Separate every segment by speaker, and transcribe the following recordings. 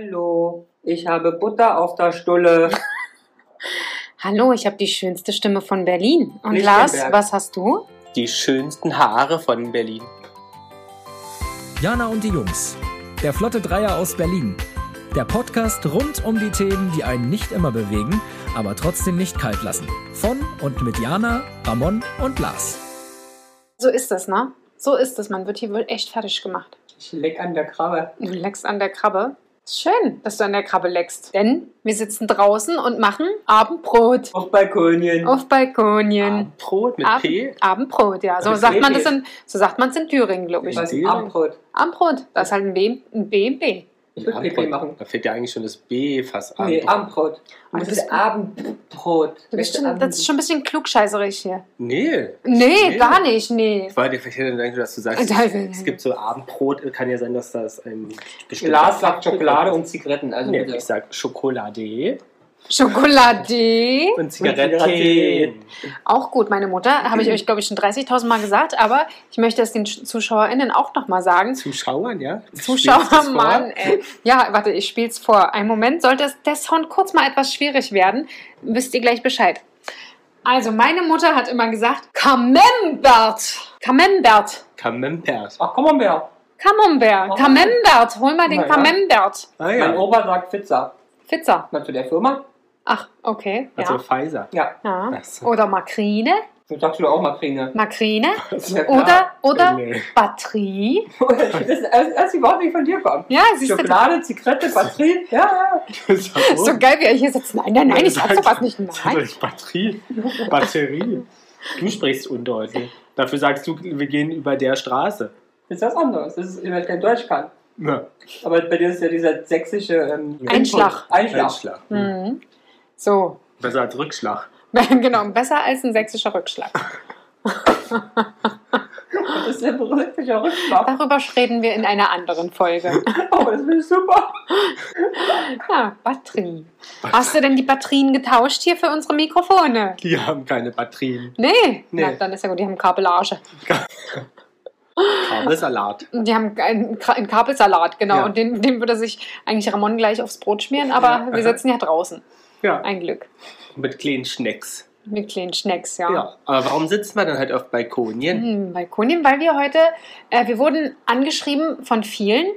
Speaker 1: Hallo, ich habe Butter auf der Stulle.
Speaker 2: Hallo, ich habe die schönste Stimme von Berlin. Und
Speaker 1: Lichtenberg.
Speaker 2: Lars, was hast du?
Speaker 3: Die schönsten Haare von Berlin.
Speaker 4: Jana und die Jungs. Der Flotte Dreier aus Berlin. Der Podcast rund um die Themen, die einen nicht immer bewegen, aber trotzdem nicht kalt lassen. Von und mit Jana, Ramon und Lars.
Speaker 2: So ist das, ne? So ist das. Man wird hier wohl echt fertig gemacht.
Speaker 1: Ich leck an der Krabbe.
Speaker 2: Du leckst an der Krabbe. Ist Schön, dass du an der Krabbe leckst. Denn wir sitzen draußen und machen Abendbrot
Speaker 1: Auf Balkonien.
Speaker 2: auf Balkonien.
Speaker 3: Brot mit
Speaker 2: Ab-
Speaker 3: P.
Speaker 2: Abendbrot, ja. So
Speaker 3: Mit
Speaker 2: sagt man
Speaker 3: B.
Speaker 2: das in, so sagt man es in Thüringen, glaube ich.
Speaker 1: Was?
Speaker 3: Idee.
Speaker 1: Abendbrot.
Speaker 2: Abendbrot, da ist halt ein, B, ein BMW.
Speaker 1: Ich würd
Speaker 3: Abendbrot.
Speaker 1: PP machen.
Speaker 3: Da fehlt ja eigentlich schon das B fast an.
Speaker 1: Nee, Abendbrot. Du
Speaker 2: Ah, du
Speaker 1: bist
Speaker 2: bist-
Speaker 1: Abendbrot.
Speaker 2: Du bist
Speaker 1: Welches
Speaker 2: schon, das ist schon ein bisschen klugscheißerig hier.
Speaker 3: Nee.
Speaker 2: Nee,
Speaker 3: Nee.
Speaker 2: gar nicht, nee.
Speaker 3: Ich wollte dir vielleicht denken, dass du sagst,
Speaker 2: Da-
Speaker 3: es gibt so Abendbrot, kann ja sein, dass das ein bestimmter-
Speaker 1: Glas sagt Schokolade und Zigaretten. Also
Speaker 3: Nee,
Speaker 1: bitte.
Speaker 3: ich sag Schokolade
Speaker 2: Schokolade.
Speaker 3: und
Speaker 1: Zigaretten.
Speaker 3: Zigaretten.
Speaker 2: Auch gut, meine Mutter,
Speaker 1: Mhm.
Speaker 2: habe ich euch, glaube ich, schon 30.000 Mal gesagt, aber ich möchte es den Sch- ZuschauerInnen auch nochmal sagen.
Speaker 3: Zuschauern, ja? Spielst du's
Speaker 2: Zuschauer,
Speaker 3: vor?
Speaker 2: Mann, ey. Ja, warte, ich spiele es vor. Einen Moment, sollte es der Sound kurz mal etwas schwierig werden, wisst ihr gleich Bescheid. Also, meine Mutter hat immer gesagt, Camembert, Camembert,
Speaker 3: Camembert.
Speaker 1: Ach, komm mal mehr.
Speaker 2: Camembert, Camembert, hol mal den
Speaker 1: Oh. Na ja.
Speaker 2: Camembert.
Speaker 3: Ah
Speaker 1: Mein
Speaker 3: ja.
Speaker 1: Opa sagt Pizza.
Speaker 2: Pizza.
Speaker 1: Na, zu der Firma?
Speaker 2: Ach, okay,
Speaker 3: Also
Speaker 2: ja.
Speaker 3: Pfizer.
Speaker 1: Ja.
Speaker 2: ja.
Speaker 3: Ach so.
Speaker 2: Oder Makrine,
Speaker 1: Du sagst du auch Makrine.
Speaker 2: Makrine
Speaker 1: Ja,
Speaker 2: oder, oder
Speaker 3: Nee.
Speaker 2: Batterie.
Speaker 1: das ist erst, erst die Worte, die von dir kommen.
Speaker 2: Ja, siehst du,
Speaker 1: Schokolade, Zigarette, Batterie. Ja, ja.
Speaker 3: Das war
Speaker 2: So
Speaker 3: gut.
Speaker 2: geil, wie er hier sitzt. Nein, nein, nein, ich sag sowas nicht.
Speaker 3: Das hat
Speaker 2: Nein.
Speaker 3: euch halt Batterie. Batterie. Du sprichst undeutlich. Dafür sagst du, wir gehen über der Straße.
Speaker 1: Das ist was anderes. Das ist, weil ich kein Deutsch kann.
Speaker 3: Ja.
Speaker 1: Aber bei dir ist ja dieser sächsische ähm,
Speaker 2: Einschlag.
Speaker 1: Einschlag.
Speaker 3: Einschlag.
Speaker 2: Mhm. So,
Speaker 3: Besser als Rückschlag.
Speaker 2: genau, besser als ein sächsischer Rückschlag.
Speaker 1: Das ist ein berühmter Rückschlag.
Speaker 2: Darüber reden wir in einer anderen Folge.
Speaker 1: Oh, das finde ich super.
Speaker 2: Ja, Batterie. Hast du denn die Batterien getauscht hier für unsere Mikrofone?
Speaker 3: Die haben keine Batterien.
Speaker 2: Nee. Na,
Speaker 3: Nee.
Speaker 2: dann ist ja gut, die haben Kabellage.
Speaker 3: Kabelsalat.
Speaker 2: Die haben einen, Ka- einen Kabelsalat, genau.
Speaker 3: Ja.
Speaker 2: Und den, den würde sich eigentlich Ramon gleich aufs Brot schmieren, aber wir sitzen ja draußen.
Speaker 3: Ja.
Speaker 2: Ein Glück.
Speaker 3: Mit kleinen Schnecks.
Speaker 2: Mit kleinen Schnecks, ja.
Speaker 3: Ja. Aber warum sitzt man dann halt auf Balkonien?
Speaker 2: Hm, Balkonien, weil wir heute, äh, wir wurden angeschrieben von vielen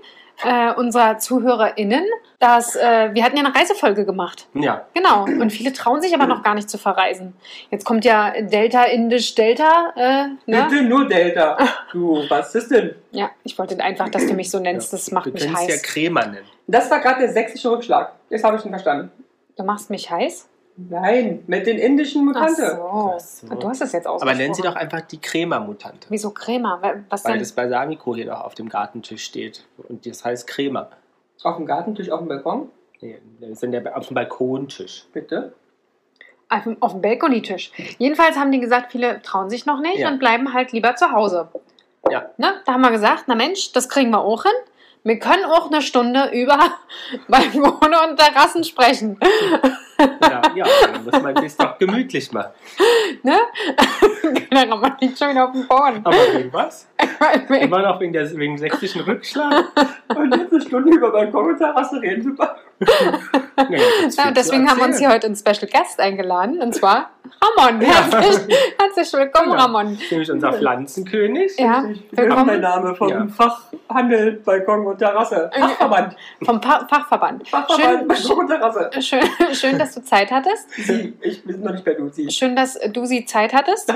Speaker 2: äh, unserer ZuhörerInnen, dass äh, wir hatten ja eine Reisefolge gemacht.
Speaker 3: Ja.
Speaker 2: Genau. Und viele trauen sich aber noch gar nicht zu verreisen. Jetzt kommt ja Delta Indisch Delta. Äh, ne?
Speaker 1: Bitte nur Delta. Du, was ist denn?
Speaker 2: Ja, ich wollte einfach, dass du mich so nennst. Das macht
Speaker 3: Wir
Speaker 2: mich
Speaker 3: können es ja
Speaker 2: heiß.
Speaker 3: Krämer nennen.
Speaker 1: Das war gerade der sächsische Rückschlag. Jetzt habe ich ihn verstanden.
Speaker 2: Du machst mich heiß.
Speaker 1: Nein, mit den indischen
Speaker 2: Ach
Speaker 1: Mutante.
Speaker 2: so.
Speaker 3: Ach so.
Speaker 2: Du hast es jetzt ausgesprochen.
Speaker 3: Aber nennen sie doch einfach die Krämer-Mutante.
Speaker 2: Wieso Crema? Wa- Was
Speaker 3: Weil
Speaker 2: denn?
Speaker 3: das Balsamico hier doch auf dem Gartentisch steht. Und das heißt Krämer.
Speaker 1: Auf dem Gartentisch, auf dem Balkon.
Speaker 3: Nee, das ist in der, auf dem Balkontisch.
Speaker 1: Bitte.
Speaker 2: Auf dem- Auf dem Balkonitisch. Jedenfalls haben die gesagt, viele trauen sich noch nicht
Speaker 3: Ja.
Speaker 2: und bleiben halt lieber zu Hause.
Speaker 3: Ja.
Speaker 2: Ne? Da haben wir gesagt, na Mensch, das kriegen wir auch hin. Wir können auch eine Stunde über Balkone und Terrassen sprechen.
Speaker 3: Ja, ja dann muss man das doch gemütlich machen.
Speaker 2: Dann haben wir nicht schon wieder auf dem Boden.
Speaker 3: Aber wegen was? Immer noch wegen, der, wegen dem sächsischen Rückschlag?
Speaker 1: Und jetzt eine Stunde über Balkon und Terrasse reden. Super.
Speaker 3: Nee, gibt's viel
Speaker 2: Ja,
Speaker 3: zu
Speaker 2: und deswegen haben wir uns hier
Speaker 3: erzählen.
Speaker 2: heute einen Special Guest eingeladen, und zwar Ramon. Herzlich, herzlich willkommen,
Speaker 3: Ja.
Speaker 2: Ramon.
Speaker 3: Nämlich unser Pflanzenkönig.
Speaker 2: Ja,
Speaker 1: Ich bin
Speaker 2: willkommen.
Speaker 1: mein Name vom
Speaker 3: Ja.
Speaker 1: Fachhandel, Balkon und Terrasse. Fachverband.
Speaker 2: vom pa Fachverband.
Speaker 1: Äh, Fachverband,
Speaker 2: Schön-
Speaker 1: Balkon und Terrasse.
Speaker 2: Schön, schön, dass du Zeit hattest.
Speaker 1: Sie, ich bin noch nicht bei du. Sie
Speaker 2: Schön, dass du sie Zeit hattest.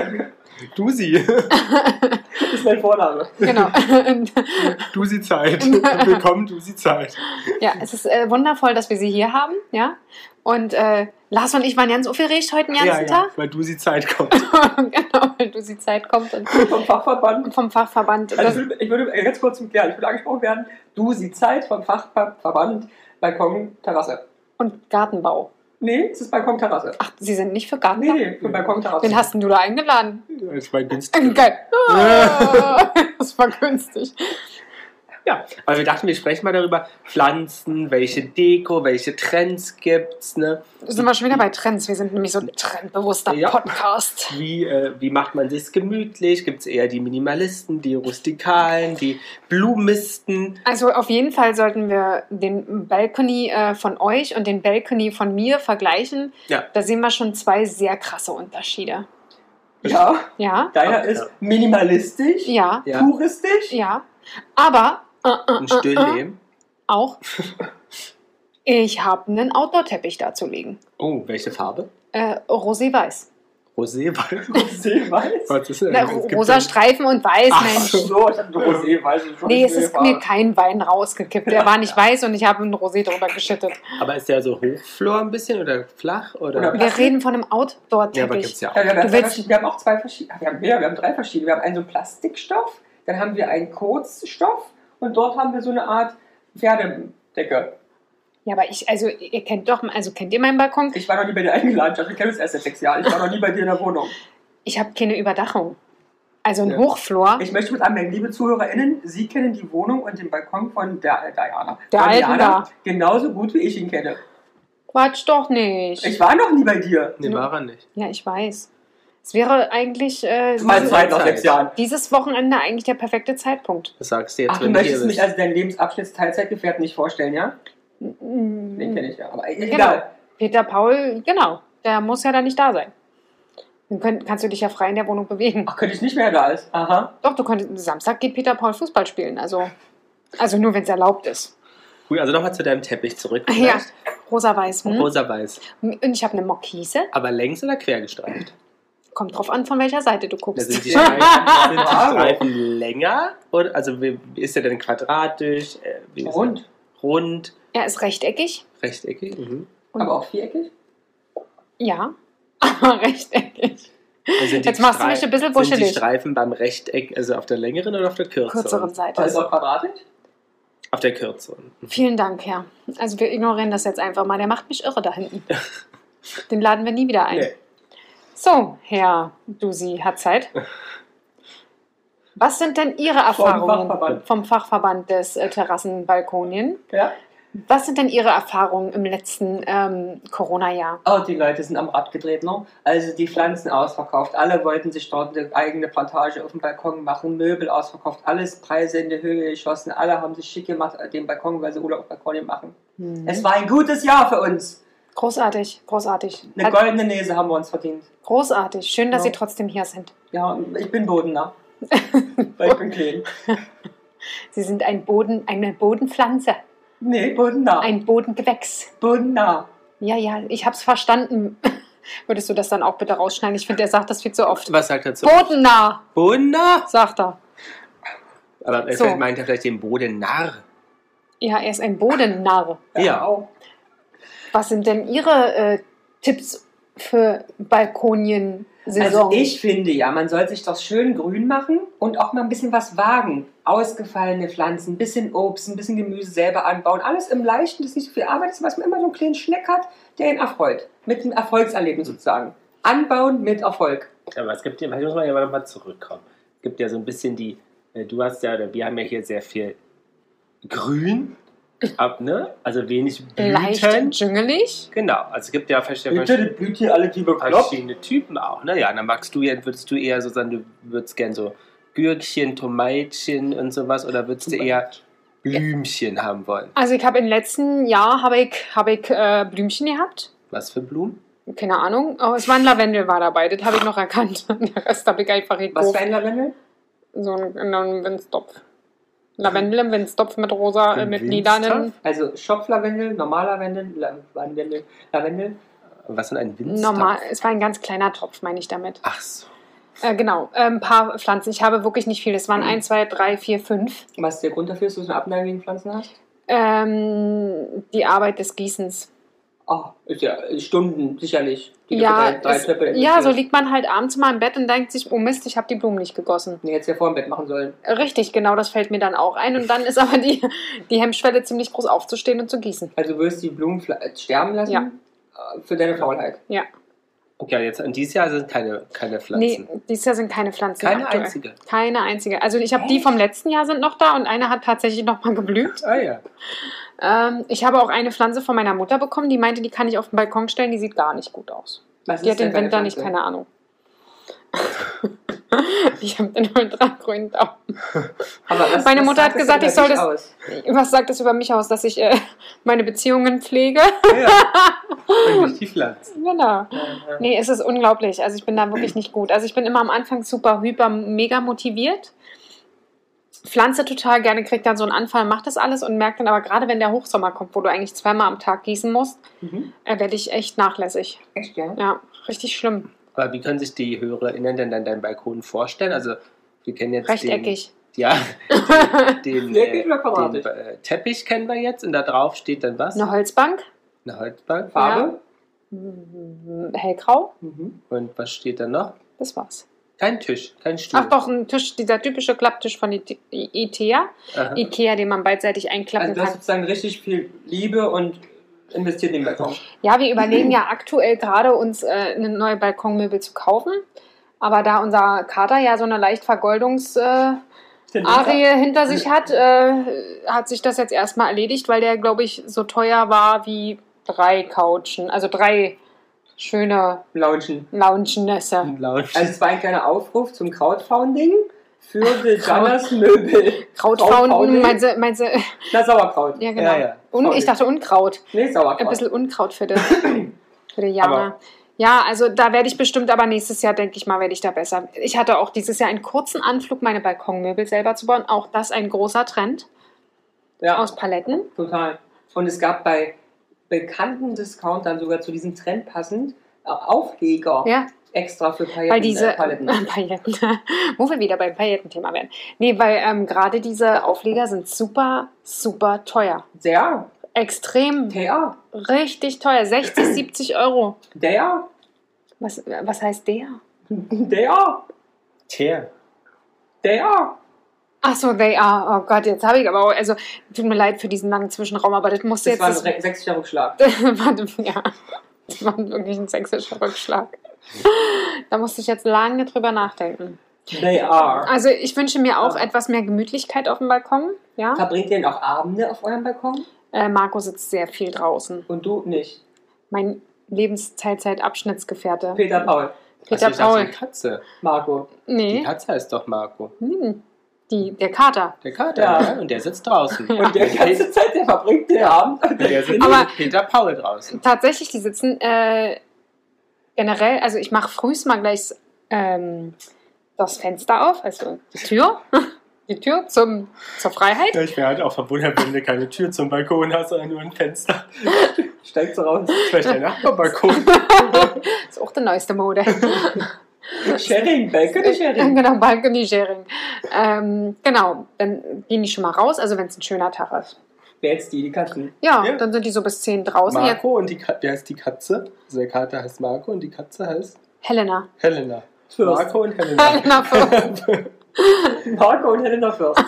Speaker 3: Du sie.
Speaker 1: ist mein Vorname.
Speaker 2: Genau.
Speaker 3: Du sie Zeit. Willkommen, du sie Zeit.
Speaker 2: Ja, es ist äh, wundervoll, dass wir sie hier haben, ja. Und äh, Lars und ich waren ganz aufgeregt heute den ganzen Tag.
Speaker 3: weil du sie Zeit kommt.
Speaker 2: genau, weil du sie Zeit kommt und
Speaker 1: Vom Fachverband.
Speaker 2: vom Fachverband.
Speaker 1: Also ich, würde, ich würde ganz kurz zum Klären. Ich würde angesprochen werden. Du, sie Zeit vom Fachverband, Balkon, Terrasse.
Speaker 2: und Gartenbau.
Speaker 1: Nee, es ist Balkon, Terrasse.
Speaker 2: Ach, sie sind nicht für Gartenbau?
Speaker 1: Nee, nee, für Balkon, Terrasse.
Speaker 2: Wen hast denn du da eingeladen?
Speaker 3: Das war günstig.
Speaker 2: Geil. Ah, das war günstig.
Speaker 3: Ja, aber wir dachten, wir sprechen mal darüber, Pflanzen, welche Deko, welche Trends gibt's, ne?
Speaker 2: Sind wir schon wieder bei Trends? Wir sind nämlich so ein trendbewusster
Speaker 3: Ja.
Speaker 2: Podcast.
Speaker 3: Wie, äh, wie macht man sich's gemütlich? Gibt's eher die Minimalisten, die Rustikalen, die Blumisten?
Speaker 2: Also auf jeden Fall sollten wir den Balcony äh, von euch und den Balcony von mir vergleichen.
Speaker 3: Ja.
Speaker 2: Da sehen wir schon zwei sehr krasse Unterschiede.
Speaker 1: Ja,
Speaker 2: Ja,
Speaker 1: deiner
Speaker 3: Ja.
Speaker 1: ist minimalistisch,
Speaker 2: ja,
Speaker 3: Ja.
Speaker 1: puristisch.
Speaker 2: ja. Aber äh, äh,
Speaker 3: Ein Stillleben.
Speaker 2: auch, ich habe einen Outdoor-Teppich dazu liegen.
Speaker 3: Oh, welche Farbe?
Speaker 2: Äh, Rosé-Weiß.
Speaker 3: Rosé, weil-
Speaker 1: Rosé weiß.
Speaker 3: was ist denn?
Speaker 2: Na,
Speaker 3: Äh, Es gibt
Speaker 2: Rosa
Speaker 3: ja-
Speaker 2: Streifen und Weiß,
Speaker 3: Ach
Speaker 2: Mensch.
Speaker 3: so.
Speaker 1: So, ich hatte Rosé weiß. und schon
Speaker 2: Nee, es
Speaker 1: Rosé
Speaker 2: ist
Speaker 1: Farbe.
Speaker 2: mir kein Wein rausgekippt. Der war nicht weiß und ich habe einen Rosé drüber geschüttet.
Speaker 3: Aber ist der so hochflor ein bisschen oder flach? Oder?
Speaker 1: Oder-
Speaker 2: Wir reden von einem
Speaker 3: ja, aber gibt's
Speaker 2: Outdoor-Teppich.
Speaker 3: ja auch.
Speaker 1: Ja, wir, haben ja
Speaker 2: Du
Speaker 1: zwei
Speaker 2: willst-
Speaker 1: verschiedene- wir haben auch zwei verschiedene. ah, Wir haben mehr, wir haben drei verschiedene. Wir haben einen so einen Plastikstoff, dann haben wir einen Kurzstoff und dort haben wir so eine Art Pferdedecke.
Speaker 2: Ja, aber ich, also ihr kennt doch, also kennt ihr meinen Balkon?
Speaker 1: Ich war noch nie bei dir eingeladen, Josh. Wir kennen uns erst seit sechs Jahren. Ich war noch nie bei dir in der Wohnung.
Speaker 2: Ich habe keine Überdachung. Also ein
Speaker 3: Ja.
Speaker 2: Hochflor.
Speaker 1: Ich möchte mit anmerken, liebe ZuhörerInnen, Sie kennen die Wohnung und den Balkon von der, Diana.
Speaker 2: Der
Speaker 1: von
Speaker 2: alten
Speaker 1: Diana
Speaker 2: da.
Speaker 1: Genauso gut, wie ich ihn kenne.
Speaker 2: Quatsch doch nicht.
Speaker 1: Ich war noch nie bei dir.
Speaker 3: Nee, war er nicht.
Speaker 2: ja, ich weiß. Es wäre eigentlich äh,
Speaker 1: Mal
Speaker 3: ist
Speaker 1: zwei
Speaker 3: die
Speaker 1: nach
Speaker 3: Zeit.
Speaker 1: sechs Jahren.
Speaker 2: dieses Wochenende eigentlich der perfekte Zeitpunkt.
Speaker 3: Das sagst du jetzt,
Speaker 1: Ach, du
Speaker 3: wenn du hier
Speaker 1: möchtest
Speaker 3: bist.
Speaker 1: mich als deinen Lebensabschnittsteilzeitgefährten nicht vorstellen, ja? Den
Speaker 2: Den
Speaker 1: kenne ich ja. Aber
Speaker 2: Mhm. Genau.
Speaker 1: egal.
Speaker 2: Peter Paul, genau. Der muss ja dann nicht da sein. Dann könnt, kannst du dich ja frei in der Wohnung bewegen.
Speaker 1: Ach, könnte ich nicht mehr da ist. Aha.
Speaker 2: Doch, du könntest. Samstag geht Peter Paul Fußball spielen. Also, also nur, wenn es erlaubt ist.
Speaker 3: Gut, also nochmal zu deinem Teppich zurück.
Speaker 2: Ja,
Speaker 3: vielleicht.
Speaker 2: rosa-weiß. Hm?
Speaker 3: Rosa-weiß.
Speaker 2: Und ich habe eine Mokise.
Speaker 3: Aber längs oder quer gestreift?
Speaker 2: Kommt drauf an, von welcher Seite du
Speaker 3: Da
Speaker 2: guckst.
Speaker 3: sind die Streifen, sind die Streifen länger? Oder, also wie- wie ist der denn quadratisch? Äh, wie ist er?
Speaker 1: Rund.
Speaker 3: Rund,
Speaker 2: Er ist rechteckig.
Speaker 3: rechteckig. Mhm.
Speaker 2: Und-
Speaker 1: Aber auch viereckig?
Speaker 2: Ja, aber rechteckig.
Speaker 3: Und sind die
Speaker 2: Jetzt machst du mich
Speaker 3: Streif-
Speaker 2: ein bisschen
Speaker 3: Sind die
Speaker 2: buschelig.
Speaker 3: Streifen beim Rechteck, also auf der längeren oder auf der kürzeren?
Speaker 2: Kürzeren
Speaker 1: Also ist
Speaker 2: Seite.
Speaker 1: auch quadratisch?
Speaker 3: Auf der kürzeren.
Speaker 2: Vielen Dank, Herr. Also wir ignorieren das jetzt einfach mal. Der macht mich irre da hinten. Den laden wir nie wieder ein.
Speaker 3: Nee.
Speaker 2: So, Herr Dusi hat Zeit. Was sind denn Ihre Erfahrungen
Speaker 1: Fachverband.
Speaker 2: vom Fachverband des äh, Terrassenbalkonien?
Speaker 1: Ja.
Speaker 2: Was sind denn Ihre Erfahrungen im letzten ähm, Corona-Jahr?
Speaker 1: Oh, die Leute sind am Rad gedreht, ne? Also die Pflanzen ausverkauft. Alle wollten sich dort eine eigene Plantage auf dem Balkon machen. Möbel ausverkauft. Alles Preise in die Höhe geschossen. Alle haben sich schick gemacht an dem Balkon, weil sie Urlaub auf Balkonien machen.
Speaker 2: Mhm.
Speaker 1: Es war ein gutes Jahr für uns.
Speaker 2: Großartig, großartig.
Speaker 1: Eine
Speaker 2: Hat,
Speaker 1: goldene Nase haben wir uns verdient.
Speaker 2: großartig. Schön, dass
Speaker 1: Ja.
Speaker 2: Sie trotzdem hier sind.
Speaker 1: Ja, ich bin bodener. weil ich bin klein.
Speaker 2: Sie sind ein Boden, eine Bodenpflanze.
Speaker 1: Nee, bodener.
Speaker 2: Ein Bodengewächs.
Speaker 1: bodener.
Speaker 2: Ja, ja, ich hab's verstanden. Würdest du das dann auch bitte rausschneiden? Ich finde, er sagt das viel zu oft.
Speaker 3: Was sagt er zu?
Speaker 2: Bodennah,
Speaker 3: Bodennarr?
Speaker 2: sagt er.
Speaker 3: Aber er
Speaker 2: So.
Speaker 3: vielleicht meint er vielleicht den Bodennarr.
Speaker 2: Ja, er ist ein Bodennarr.
Speaker 3: Ja.
Speaker 1: auch.
Speaker 2: Was sind denn Ihre äh, Tipps für Balkonien-Saison?
Speaker 1: Also ich finde ja, man soll sich doch schön grün machen und auch mal ein bisschen was wagen. Ausgefallene Pflanzen, ein bisschen Obst, ein bisschen Gemüse selber anbauen. Alles im Leichten, das nicht so viel Arbeit ist, was man immer so einen kleinen Schleck hat, der ihn erfreut. Mit einem Erfolgserlebnis sozusagen. Anbauen mit Erfolg.
Speaker 3: Aber es gibt ja, vielleicht muss man ja mal nochmal zurückkommen. Es gibt ja so ein bisschen die, äh, du hast ja, oder wir haben ja hier sehr viel Grün, ab, ne? Also wenig
Speaker 2: Leicht
Speaker 3: Blüten.
Speaker 2: dschungelig.
Speaker 3: Genau, also es gibt ja verschiedene,
Speaker 1: blüht hier alle wie
Speaker 3: verschiedene Typen auch, ne? Ja, dann magst du ja, würdest du eher so sagen, du würdest gern so Gürkchen, Tomatchen und sowas oder würdest du eher Blümchen haben wollen?
Speaker 2: Also ich habe im letzten Jahr habe ich, habe ich äh, Blümchen gehabt.
Speaker 3: Was für Blumen?
Speaker 2: Keine Ahnung. Aber es war ein Lavendel war dabei. Das habe ich noch erkannt. Der Rest habe ich einfach
Speaker 1: Was für
Speaker 2: gekauft.
Speaker 1: ein Lavendel?
Speaker 2: So ein, einen Windstopf. Lavendel im Windstopf mit rosa, äh,
Speaker 3: Im
Speaker 2: mit
Speaker 3: Windstopf?
Speaker 2: lilanen.
Speaker 1: Also Schopflavendel, normaler Lavendel, Lavendel, Lavendel.
Speaker 3: Was sind ein Windstab?
Speaker 2: Normal, es war ein ganz kleiner Topf, meine ich damit.
Speaker 3: Ach so.
Speaker 2: Äh, genau, äh, ein paar Pflanzen. Ich habe wirklich nicht viel. Es waren 1, 2, 3, 4, 5.
Speaker 1: Was der Grund dafür ist, dass du eine Abneigung gegen Pflanzen hast?
Speaker 2: Ähm, die Arbeit des Gießens.
Speaker 1: Oh, ist ja Stunden sicherlich. die du für
Speaker 2: Ja,
Speaker 1: drei- drei
Speaker 2: es,
Speaker 1: Töpfe
Speaker 2: ja, so
Speaker 1: investierst.
Speaker 2: liegt man halt abends mal im Bett und denkt sich, oh Mist, ich habe die Blumen nicht gegossen.
Speaker 1: Nee, hättest du ja vor dem Bett machen sollen.
Speaker 2: Richtig, genau, das fällt mir dann auch ein. Und dann ist aber die, die Hemmschwelle ziemlich groß aufzustehen und zu gießen.
Speaker 1: Also du wirst die Blumen fla- äh, sterben lassen?
Speaker 2: Ja.
Speaker 1: Äh, Für deine Faulheit?
Speaker 2: Ja.
Speaker 3: Okay, jetzt an dieses Jahr sind keine, keine Pflanzen.
Speaker 2: Nee, dieses Jahr sind keine Pflanzen.
Speaker 3: keine
Speaker 2: aktuell.
Speaker 3: einzige.
Speaker 2: Keine einzige. Also ich habe die vom letzten Jahr sind noch da und eine hat tatsächlich nochmal geblüht.
Speaker 3: Ah ja.
Speaker 2: Ähm, ich habe auch eine Pflanze von meiner Mutter bekommen, die meinte, die kann ich auf den Balkon stellen, die sieht gar nicht gut aus.
Speaker 1: Was
Speaker 2: Die hat
Speaker 1: denn
Speaker 2: den
Speaker 1: für eine
Speaker 2: Winter nicht,
Speaker 1: Pflanze?
Speaker 2: keine Ahnung. ich habe den nur drei grünen Daumen.
Speaker 1: Aber was,
Speaker 2: Meine
Speaker 1: was
Speaker 2: Mutter hat
Speaker 1: sagt
Speaker 2: gesagt,
Speaker 1: denn
Speaker 2: ich soll
Speaker 1: über
Speaker 2: das-
Speaker 1: dich Aus?
Speaker 2: Was sagt das über mich aus, dass ich äh, meine Beziehungen pflege?
Speaker 3: ja. Und nicht die Pflanzen.
Speaker 2: genau.
Speaker 1: Ja, ja.
Speaker 2: Nee, es ist unglaublich. Also ich bin da wirklich nicht gut. Also ich bin immer am Anfang super, hyper, mega motiviert. Pflanze total gerne, kriegt dann so einen Anfall, macht das alles und merkt dann aber gerade, wenn der Hochsommer kommt, wo du eigentlich zweimal am Tag gießen musst,
Speaker 1: Mhm.
Speaker 2: äh, werde ich echt nachlässig.
Speaker 1: Echt, ja?
Speaker 2: Ja, richtig schlimm.
Speaker 3: Aber wie können sich die HörerInnen denn dann deinen Balkon vorstellen? Also, wir kennen jetzt
Speaker 2: Rechteckig.
Speaker 3: den... Ja, den,
Speaker 1: Wirklich
Speaker 3: äh,
Speaker 1: oder
Speaker 3: den
Speaker 1: quadratisch?
Speaker 3: äh, Teppich kennen wir jetzt und da drauf steht dann was?
Speaker 2: Eine Holzbank,
Speaker 3: Eine Holzbank.
Speaker 1: Farbe?
Speaker 2: Mm, hellgrau,
Speaker 1: Mhm.
Speaker 3: Und was steht da noch?
Speaker 2: das war's.
Speaker 3: Kein Tisch, kein Stuhl.
Speaker 2: Ach doch, ein Tisch, dieser typische Klapptisch von Ite- I- Ikea.
Speaker 3: Aha.
Speaker 2: Ikea, den man beidseitig
Speaker 1: Also
Speaker 2: einklappen
Speaker 1: du hast
Speaker 2: kann.
Speaker 1: sozusagen richtig viel Liebe und investiert in den Balkon.
Speaker 2: Ja, wir überlegen ja aktuell gerade, uns äh, eine neue Balkonmöbel zu kaufen. Aber da unser Kater ja so eine leicht Vergoldungs-Arie hinter sich hat, äh, hat sich das jetzt erstmal erledigt, weil der, glaube ich, so teuer war wie drei Couchen. Also drei schöne
Speaker 1: Launchen.
Speaker 2: Lounge-Nässe.
Speaker 3: Ein Lounge.
Speaker 1: Also es war ein kleiner Aufruf zum Crowdfunding für die Janas Möbel.
Speaker 2: Krautfaunden, meinst du, meinst du?
Speaker 1: Na, Sauerkraut.
Speaker 2: Ja, genau.
Speaker 3: Ja, ja.
Speaker 2: Un ich dachte Unkraut.
Speaker 1: Nee,
Speaker 2: Ein
Speaker 1: Sauerkraut.
Speaker 2: bisschen Unkraut für die, für die Jana.
Speaker 3: Aber-
Speaker 2: ja, also da werde ich bestimmt, aber nächstes Jahr denke ich mal, werde ich da besser. Ich hatte auch dieses Jahr einen kurzen Anflug, meine Balkonmöbel selber zu bauen. Auch das ein großer Trend
Speaker 1: Ja,
Speaker 2: aus Paletten.
Speaker 1: total. Und es gab bei bekannten Discountern sogar zu diesem Trend passend äh, Aufleger
Speaker 2: Ja,
Speaker 1: extra für Paletten.
Speaker 2: weil diese
Speaker 1: äh, Paletten.
Speaker 2: Paletten, wo wir wieder beim Palettenthema werden. Nee, weil ähm, gerade diese Aufleger sind super, super teuer.
Speaker 1: Sehr,
Speaker 2: Extrem,
Speaker 1: der,
Speaker 2: richtig teuer. 60, 70 Euro.
Speaker 1: der,
Speaker 2: Was, was heißt der?
Speaker 1: der,
Speaker 3: Tja.
Speaker 1: der.
Speaker 2: Ach so, they are. Oh Gott, jetzt habe ich aber auch, also tut mir leid für diesen langen Zwischenraum, aber das muss
Speaker 1: Das
Speaker 2: jetzt.
Speaker 1: war ein re- sächsischer Rückschlag.
Speaker 2: das war- ja, das war wirklich ein sächsischer Rückschlag. Da musste ich jetzt lange drüber nachdenken.
Speaker 1: They are.
Speaker 2: Also ich wünsche mir auch etwas mehr Gemütlichkeit auf dem Balkon. Ja,
Speaker 1: Verbringt ihr denn auch Abende auf eurem Balkon?
Speaker 2: äh, Marco sitzt sehr viel draußen.
Speaker 1: Und du nicht.
Speaker 2: Mein Lebenszeitzeitabschnittsgefährte.
Speaker 1: Peter Paul,
Speaker 2: Peter
Speaker 3: ich dachte,
Speaker 2: Paul.
Speaker 3: die Katze.
Speaker 1: Marco.
Speaker 3: Die
Speaker 2: Nee,
Speaker 3: Katze heißt doch Marco.
Speaker 2: hm, die, der Kater.
Speaker 3: Der Kater.
Speaker 1: Ja.
Speaker 3: Ja. Und der sitzt draußen.
Speaker 1: Und der ganze Zeit, der verbringt den Abend. Und
Speaker 3: Der sitzt
Speaker 2: Aber-
Speaker 3: mit Peter Paul draußen.
Speaker 2: Tatsächlich, die sitzen äh, generell, also ich mache frühs mal gleich ähm, das Fenster auf, also die Tür, die Tür zum, zur Freiheit.
Speaker 3: Ich wäre halt auch verwundert, wenn du keine Tür zum Balkon hast, sondern nur ein Fenster.
Speaker 1: steigt so raus.
Speaker 3: Vielleicht der Nachbarbalkon.
Speaker 2: ist auch die neueste Mode.
Speaker 1: Sharing, Balcony Sharing.
Speaker 2: genau, Balcony Sharing. Ähm, genau, dann gehen die schon mal raus, also wenn es ein schöner Tag ist.
Speaker 1: Wer jetzt die, die Katzen?
Speaker 2: Ja,
Speaker 3: Ja.
Speaker 2: dann sind die so bis 10 draußen. Ja,
Speaker 3: Marco und die Katze. Wie heißt die Katze? Also der Kater heißt Marco und die Katze heißt
Speaker 2: Helena.
Speaker 3: Helena.
Speaker 1: Fürst.
Speaker 3: Marco und Helena.
Speaker 2: Helena Fürst.
Speaker 1: Marco und Helena Fürst.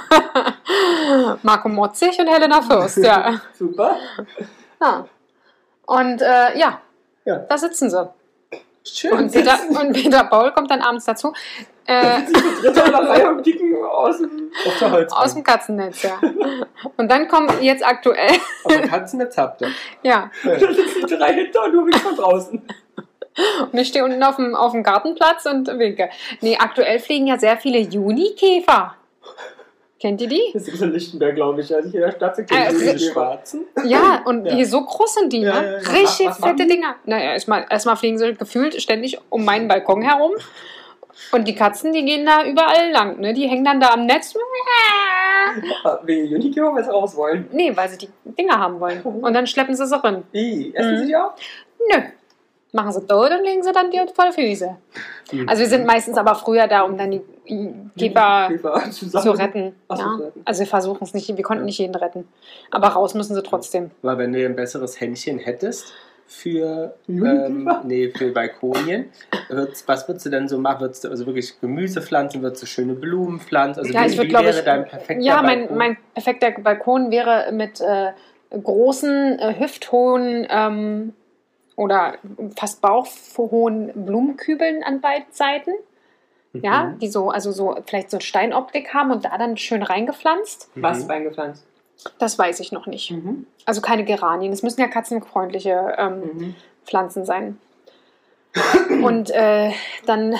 Speaker 2: Marco Motzig und Helena Fürst, ja.
Speaker 1: Super.
Speaker 2: ja. Und äh, ja,
Speaker 3: Ja.
Speaker 2: da sitzen sie.
Speaker 3: Schön.
Speaker 2: Und Peter, und Peter Paul kommt dann abends dazu. Äh,
Speaker 1: Dritter in der Reihe und kicken aus dem...
Speaker 3: Auf der Holzbank.
Speaker 2: aus dem Katzennetz, ja. Und dann kommen jetzt aktuell,
Speaker 3: Aber Katzennetz habt ihr.
Speaker 2: ja,
Speaker 1: Da sitzen die drei hinter und du bist von draußen.
Speaker 2: und ich stehe unten auf dem, auf dem Gartenplatz und winke. Nee, aktuell fliegen ja sehr viele Junikäfer. Kennt ihr die?
Speaker 1: Das ist in Lichtenberg, glaube ich. Also hier in der Stadt sind
Speaker 2: Äh,
Speaker 1: keine
Speaker 3: Diese
Speaker 1: Lichtenberg.
Speaker 3: schwarzen.
Speaker 2: Ja, und
Speaker 3: Ja.
Speaker 2: hier so groß sind die, ne?
Speaker 3: Ja, ja, ja.
Speaker 2: Richtig
Speaker 1: Was- was machen
Speaker 2: fette Dinger. Naja, erstmal erstmal fliegen sie gefühlt ständig um meinen Balkon herum. Und die Katzen, die gehen da überall lang, ne? Die hängen dann da am Netz.
Speaker 1: Ah, Wegen Unicorn, weil sie raus wollen.
Speaker 2: Nee, weil sie die Dinger haben wollen. Und dann schleppen sie sie rein.
Speaker 1: I, essen
Speaker 2: Mhm.
Speaker 1: sie die auch?
Speaker 2: Nö. Machen sie tot und legen sie dann die vor die Füße.
Speaker 3: Hm.
Speaker 2: Also wir sind meistens aber früher da, um dann die Käfer
Speaker 1: Käfer
Speaker 2: zu
Speaker 1: zusammen.
Speaker 2: retten.
Speaker 1: Ach so,
Speaker 2: Ja.
Speaker 1: zu retten.
Speaker 2: Also wir versuchen es nicht, wir konnten nicht jeden retten. Aber raus müssen sie trotzdem.
Speaker 3: Aber wenn du ein besseres Händchen hättest für,
Speaker 1: Junikäfer?
Speaker 3: ähm, nee, für Balkonien, würdest, was würdest du denn so machen? Würdest du also wirklich Gemüse pflanzen? Würdest du schöne Blumen pflanzen? Also
Speaker 2: Ja,
Speaker 3: wie,
Speaker 2: ich würd,
Speaker 3: wie
Speaker 2: glaub
Speaker 3: wäre
Speaker 2: ich-
Speaker 3: dein perfekter
Speaker 2: Ja, mein,
Speaker 3: Balkon?
Speaker 2: mein perfekter Balkon wäre mit äh, großen, äh, hüfthohen ähm, oder fast bauchhohen Blumenkübeln an beiden Seiten. Ja,
Speaker 3: Mhm.
Speaker 2: die so, also so vielleicht so eine Steinoptik haben und da dann schön reingepflanzt.
Speaker 1: Was mhm. eingepflanzt?
Speaker 2: Das weiß ich noch nicht.
Speaker 1: Mhm.
Speaker 2: Also keine Geranien. Es müssen ja katzenfreundliche ähm,
Speaker 1: Mhm.
Speaker 2: Pflanzen sein. Und äh, dann,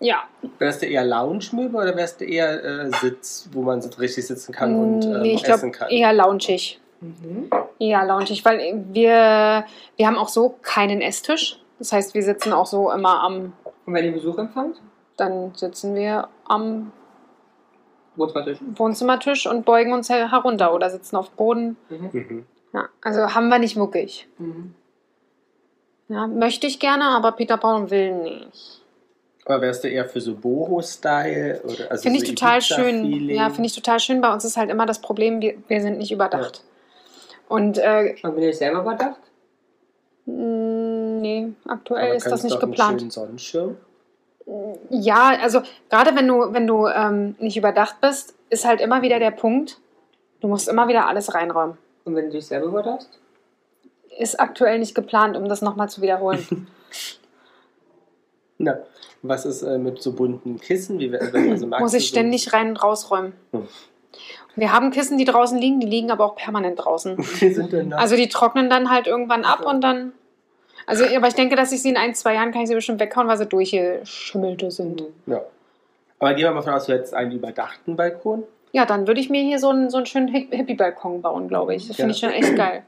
Speaker 2: ja,
Speaker 3: Wärst du eher Lounge-Möbel oder wärst du eher äh, Sitz, wo man so richtig sitzen kann und ähm,
Speaker 2: Mm, nee, ich
Speaker 3: essen
Speaker 2: glaube
Speaker 3: kann?
Speaker 2: eher loungig.
Speaker 1: Mhm.
Speaker 2: Ja, loungig, weil wir, wir haben auch so keinen Esstisch. Das heißt, wir sitzen auch so immer am,
Speaker 1: Und wenn ihr Besuch empfangt,
Speaker 2: dann sitzen wir am
Speaker 1: Wohnzimmertisch.
Speaker 2: Wohnzimmertisch und beugen uns her- herunter oder sitzen auf Boden.
Speaker 1: Mhm.
Speaker 3: Mhm.
Speaker 2: Ja, also haben wir nicht muckig.
Speaker 1: Mhm.
Speaker 2: Ja, möchte ich gerne, aber Peter Braun will nicht.
Speaker 3: Aber wärst du eher für so Boho-Style? oder- Also
Speaker 2: Finde
Speaker 3: so
Speaker 2: ich total schön.
Speaker 3: Ibiza-Feeling?
Speaker 2: Ja, finde ich total schön. Bei uns ist halt immer das Problem, wir, wir sind nicht überdacht. Und äh,
Speaker 1: Und wenn ihr euch selber überdacht,
Speaker 2: mh, mm, nee,
Speaker 3: Aber
Speaker 2: aktuell ist das
Speaker 3: kannst
Speaker 2: nicht
Speaker 3: doch einen
Speaker 2: geplant.
Speaker 3: schönen Sonnenschirm.
Speaker 2: Ja, also gerade wenn du, wenn du ähm, nicht überdacht bist, ist halt immer wieder der Punkt, du musst immer wieder alles reinräumen.
Speaker 1: und wenn du dich selber überdachst,
Speaker 2: Ist aktuell nicht geplant, um das nochmal zu wiederholen.
Speaker 3: Na, was ist äh, mit so bunten Kissen? Wie, wär- also magst
Speaker 2: Muss ich
Speaker 3: du so-
Speaker 2: ständig rein und rausräumen.
Speaker 3: Hm.
Speaker 2: Wir haben Kissen, die draußen liegen, die liegen aber auch permanent draußen.
Speaker 3: Die sind dann noch-
Speaker 2: Also die trocknen dann halt irgendwann ab
Speaker 1: Also.
Speaker 2: und dann. Also, aber ich denke, dass ich sie in ein, zwei Jahren kann ich sie bestimmt weghauen, weil sie durchgeschimmelte
Speaker 1: Mhm.
Speaker 2: sind.
Speaker 3: ja. Aber gehen wir mal von aus, du hättest einen überdachten Balkon.
Speaker 2: Ja, dann würde ich mir hier so einen, so einen schönen Hi- Hippie-Balkon bauen, glaube ich. Das
Speaker 3: Ja.
Speaker 2: finde ich schon echt geil.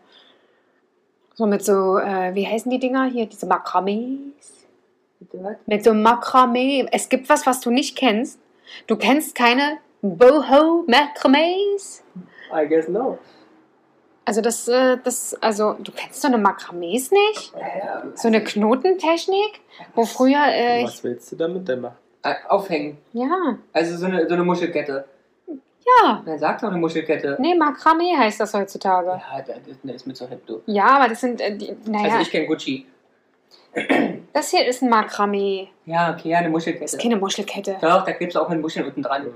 Speaker 2: So mit so, äh, wie heißen die Dinger hier? Diese Makramees?
Speaker 1: bitte was?
Speaker 2: Mit so Makramee. Es gibt was, was du nicht kennst. Du kennst keine Boho-Makramees?
Speaker 1: I guess no.
Speaker 2: Also das, äh, das, also du kennst so eine Makramees nicht? So eine Knotentechnik, wo früher, äh, ich,
Speaker 3: was willst du damit denn machen?
Speaker 1: Äh, aufhängen.
Speaker 2: ja,
Speaker 1: Also so eine, so eine Muschelkette.
Speaker 2: ja.
Speaker 1: Wer sagt doch eine Muschelkette?
Speaker 2: Nee, Makramee heißt das heutzutage.
Speaker 1: Ja, das ist, das ist mir zu hip, du.
Speaker 2: Ja, aber das sind, äh, die, naja,
Speaker 1: Also ich kenn Gucci.
Speaker 2: das hier ist ein Makramee.
Speaker 1: Ja, okay, ja, eine
Speaker 2: Das
Speaker 1: Muschelkette.
Speaker 2: ist keine Muschelkette.
Speaker 1: Doch, da klebst du auch mit Muscheln unten dran.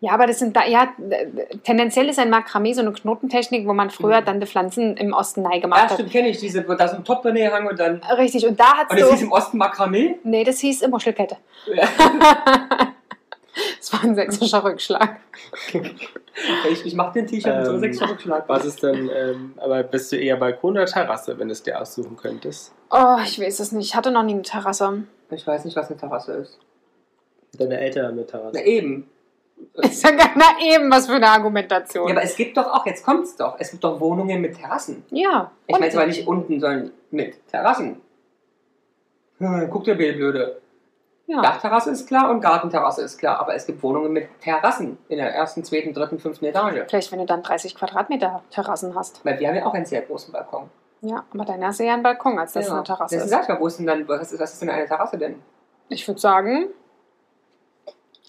Speaker 2: Ja, aber das sind da, ja, d- tendenziell ist ein Makramee so eine Knotentechnik, wo man früher
Speaker 1: Mhm.
Speaker 2: dann die Pflanzen im Osten nahe
Speaker 1: Ja,
Speaker 2: gemacht hat.
Speaker 1: stimmt, kenne ich. Diese, wo da so ein top hang und dann...
Speaker 2: Richtig, und da hat
Speaker 1: Und das hieß
Speaker 2: es so.
Speaker 1: im Osten Makramee?
Speaker 2: Nee, das hieß äh, Muschelkette.
Speaker 1: Ja.
Speaker 2: Das war ein sächsischer Rückschlag.
Speaker 1: Ich, ich mach den T-Shirt mit so einem
Speaker 3: Ähm,
Speaker 1: sechs Rückschlag.
Speaker 3: Was ist denn, ähm, aber bist du eher Balkon oder Terrasse, wenn du es dir aussuchen könntest?
Speaker 2: Oh, ich weiß es nicht. Ich hatte noch nie eine Terrasse.
Speaker 1: Ich weiß nicht, was eine Terrasse ist.
Speaker 3: Deine Eltern haben eine
Speaker 1: Na
Speaker 3: Terrasse.
Speaker 1: eben.
Speaker 2: Ist ja gar na eben, was für eine
Speaker 1: Ja,
Speaker 2: Argumentation.
Speaker 1: aber es gibt doch auch, jetzt kommt's doch, es gibt doch Wohnungen mit Terrassen.
Speaker 2: Ja,
Speaker 1: Ich meine zwar nicht unten, sondern mit Terrassen. Hm, Guck dir blöde.
Speaker 2: ja.
Speaker 1: Dachterrasse ist klar und Gartenterrasse ist klar, aber es gibt Wohnungen mit Terrassen in der ersten, zweiten, dritten, fünften Etage.
Speaker 2: Vielleicht, wenn du dann 30 Quadratmeter Terrassen hast.
Speaker 1: Weil wir haben ja auch einen sehr großen Balkon.
Speaker 2: Ja, aber deiner ist ja ein Balkon, als das
Speaker 1: Ja.
Speaker 2: eine Terrasse
Speaker 1: Deswegen
Speaker 2: ist.
Speaker 1: sag ich ja, wo ist denn dann, was ist, was ist denn eine Terrasse denn?
Speaker 2: Ich würde sagen,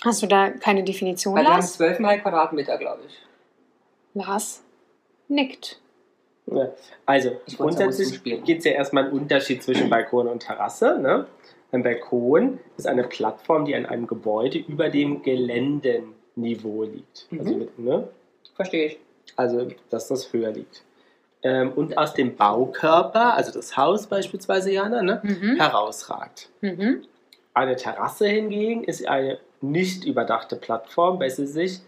Speaker 2: hast du da keine Definition,
Speaker 1: Weil wir haben
Speaker 2: Lars?
Speaker 1: 12,5 Quadratmeter, glaube ich.
Speaker 2: Lars nickt.
Speaker 3: Ja. Also,
Speaker 1: Ich wollte ja wohl
Speaker 3: grundsätzlich
Speaker 1: zuspielen.
Speaker 3: gibt es ja erstmal einen Unterschied zwischen Balkon und Terrasse. Ne? Ein Balkon ist eine Plattform, die an einem Gebäude über dem Geländenniveau liegt. Also,
Speaker 1: Mhm.
Speaker 3: mit, ne?
Speaker 1: Verstehe ich.
Speaker 3: also, dass das höher liegt. Ähm, und aus dem Baukörper, also das Haus beispielsweise, Jana, ne?
Speaker 2: Mhm.
Speaker 3: herausragt.
Speaker 2: Mhm.
Speaker 3: Eine Terrasse hingegen ist eine nicht überdachte Plattform, welche sich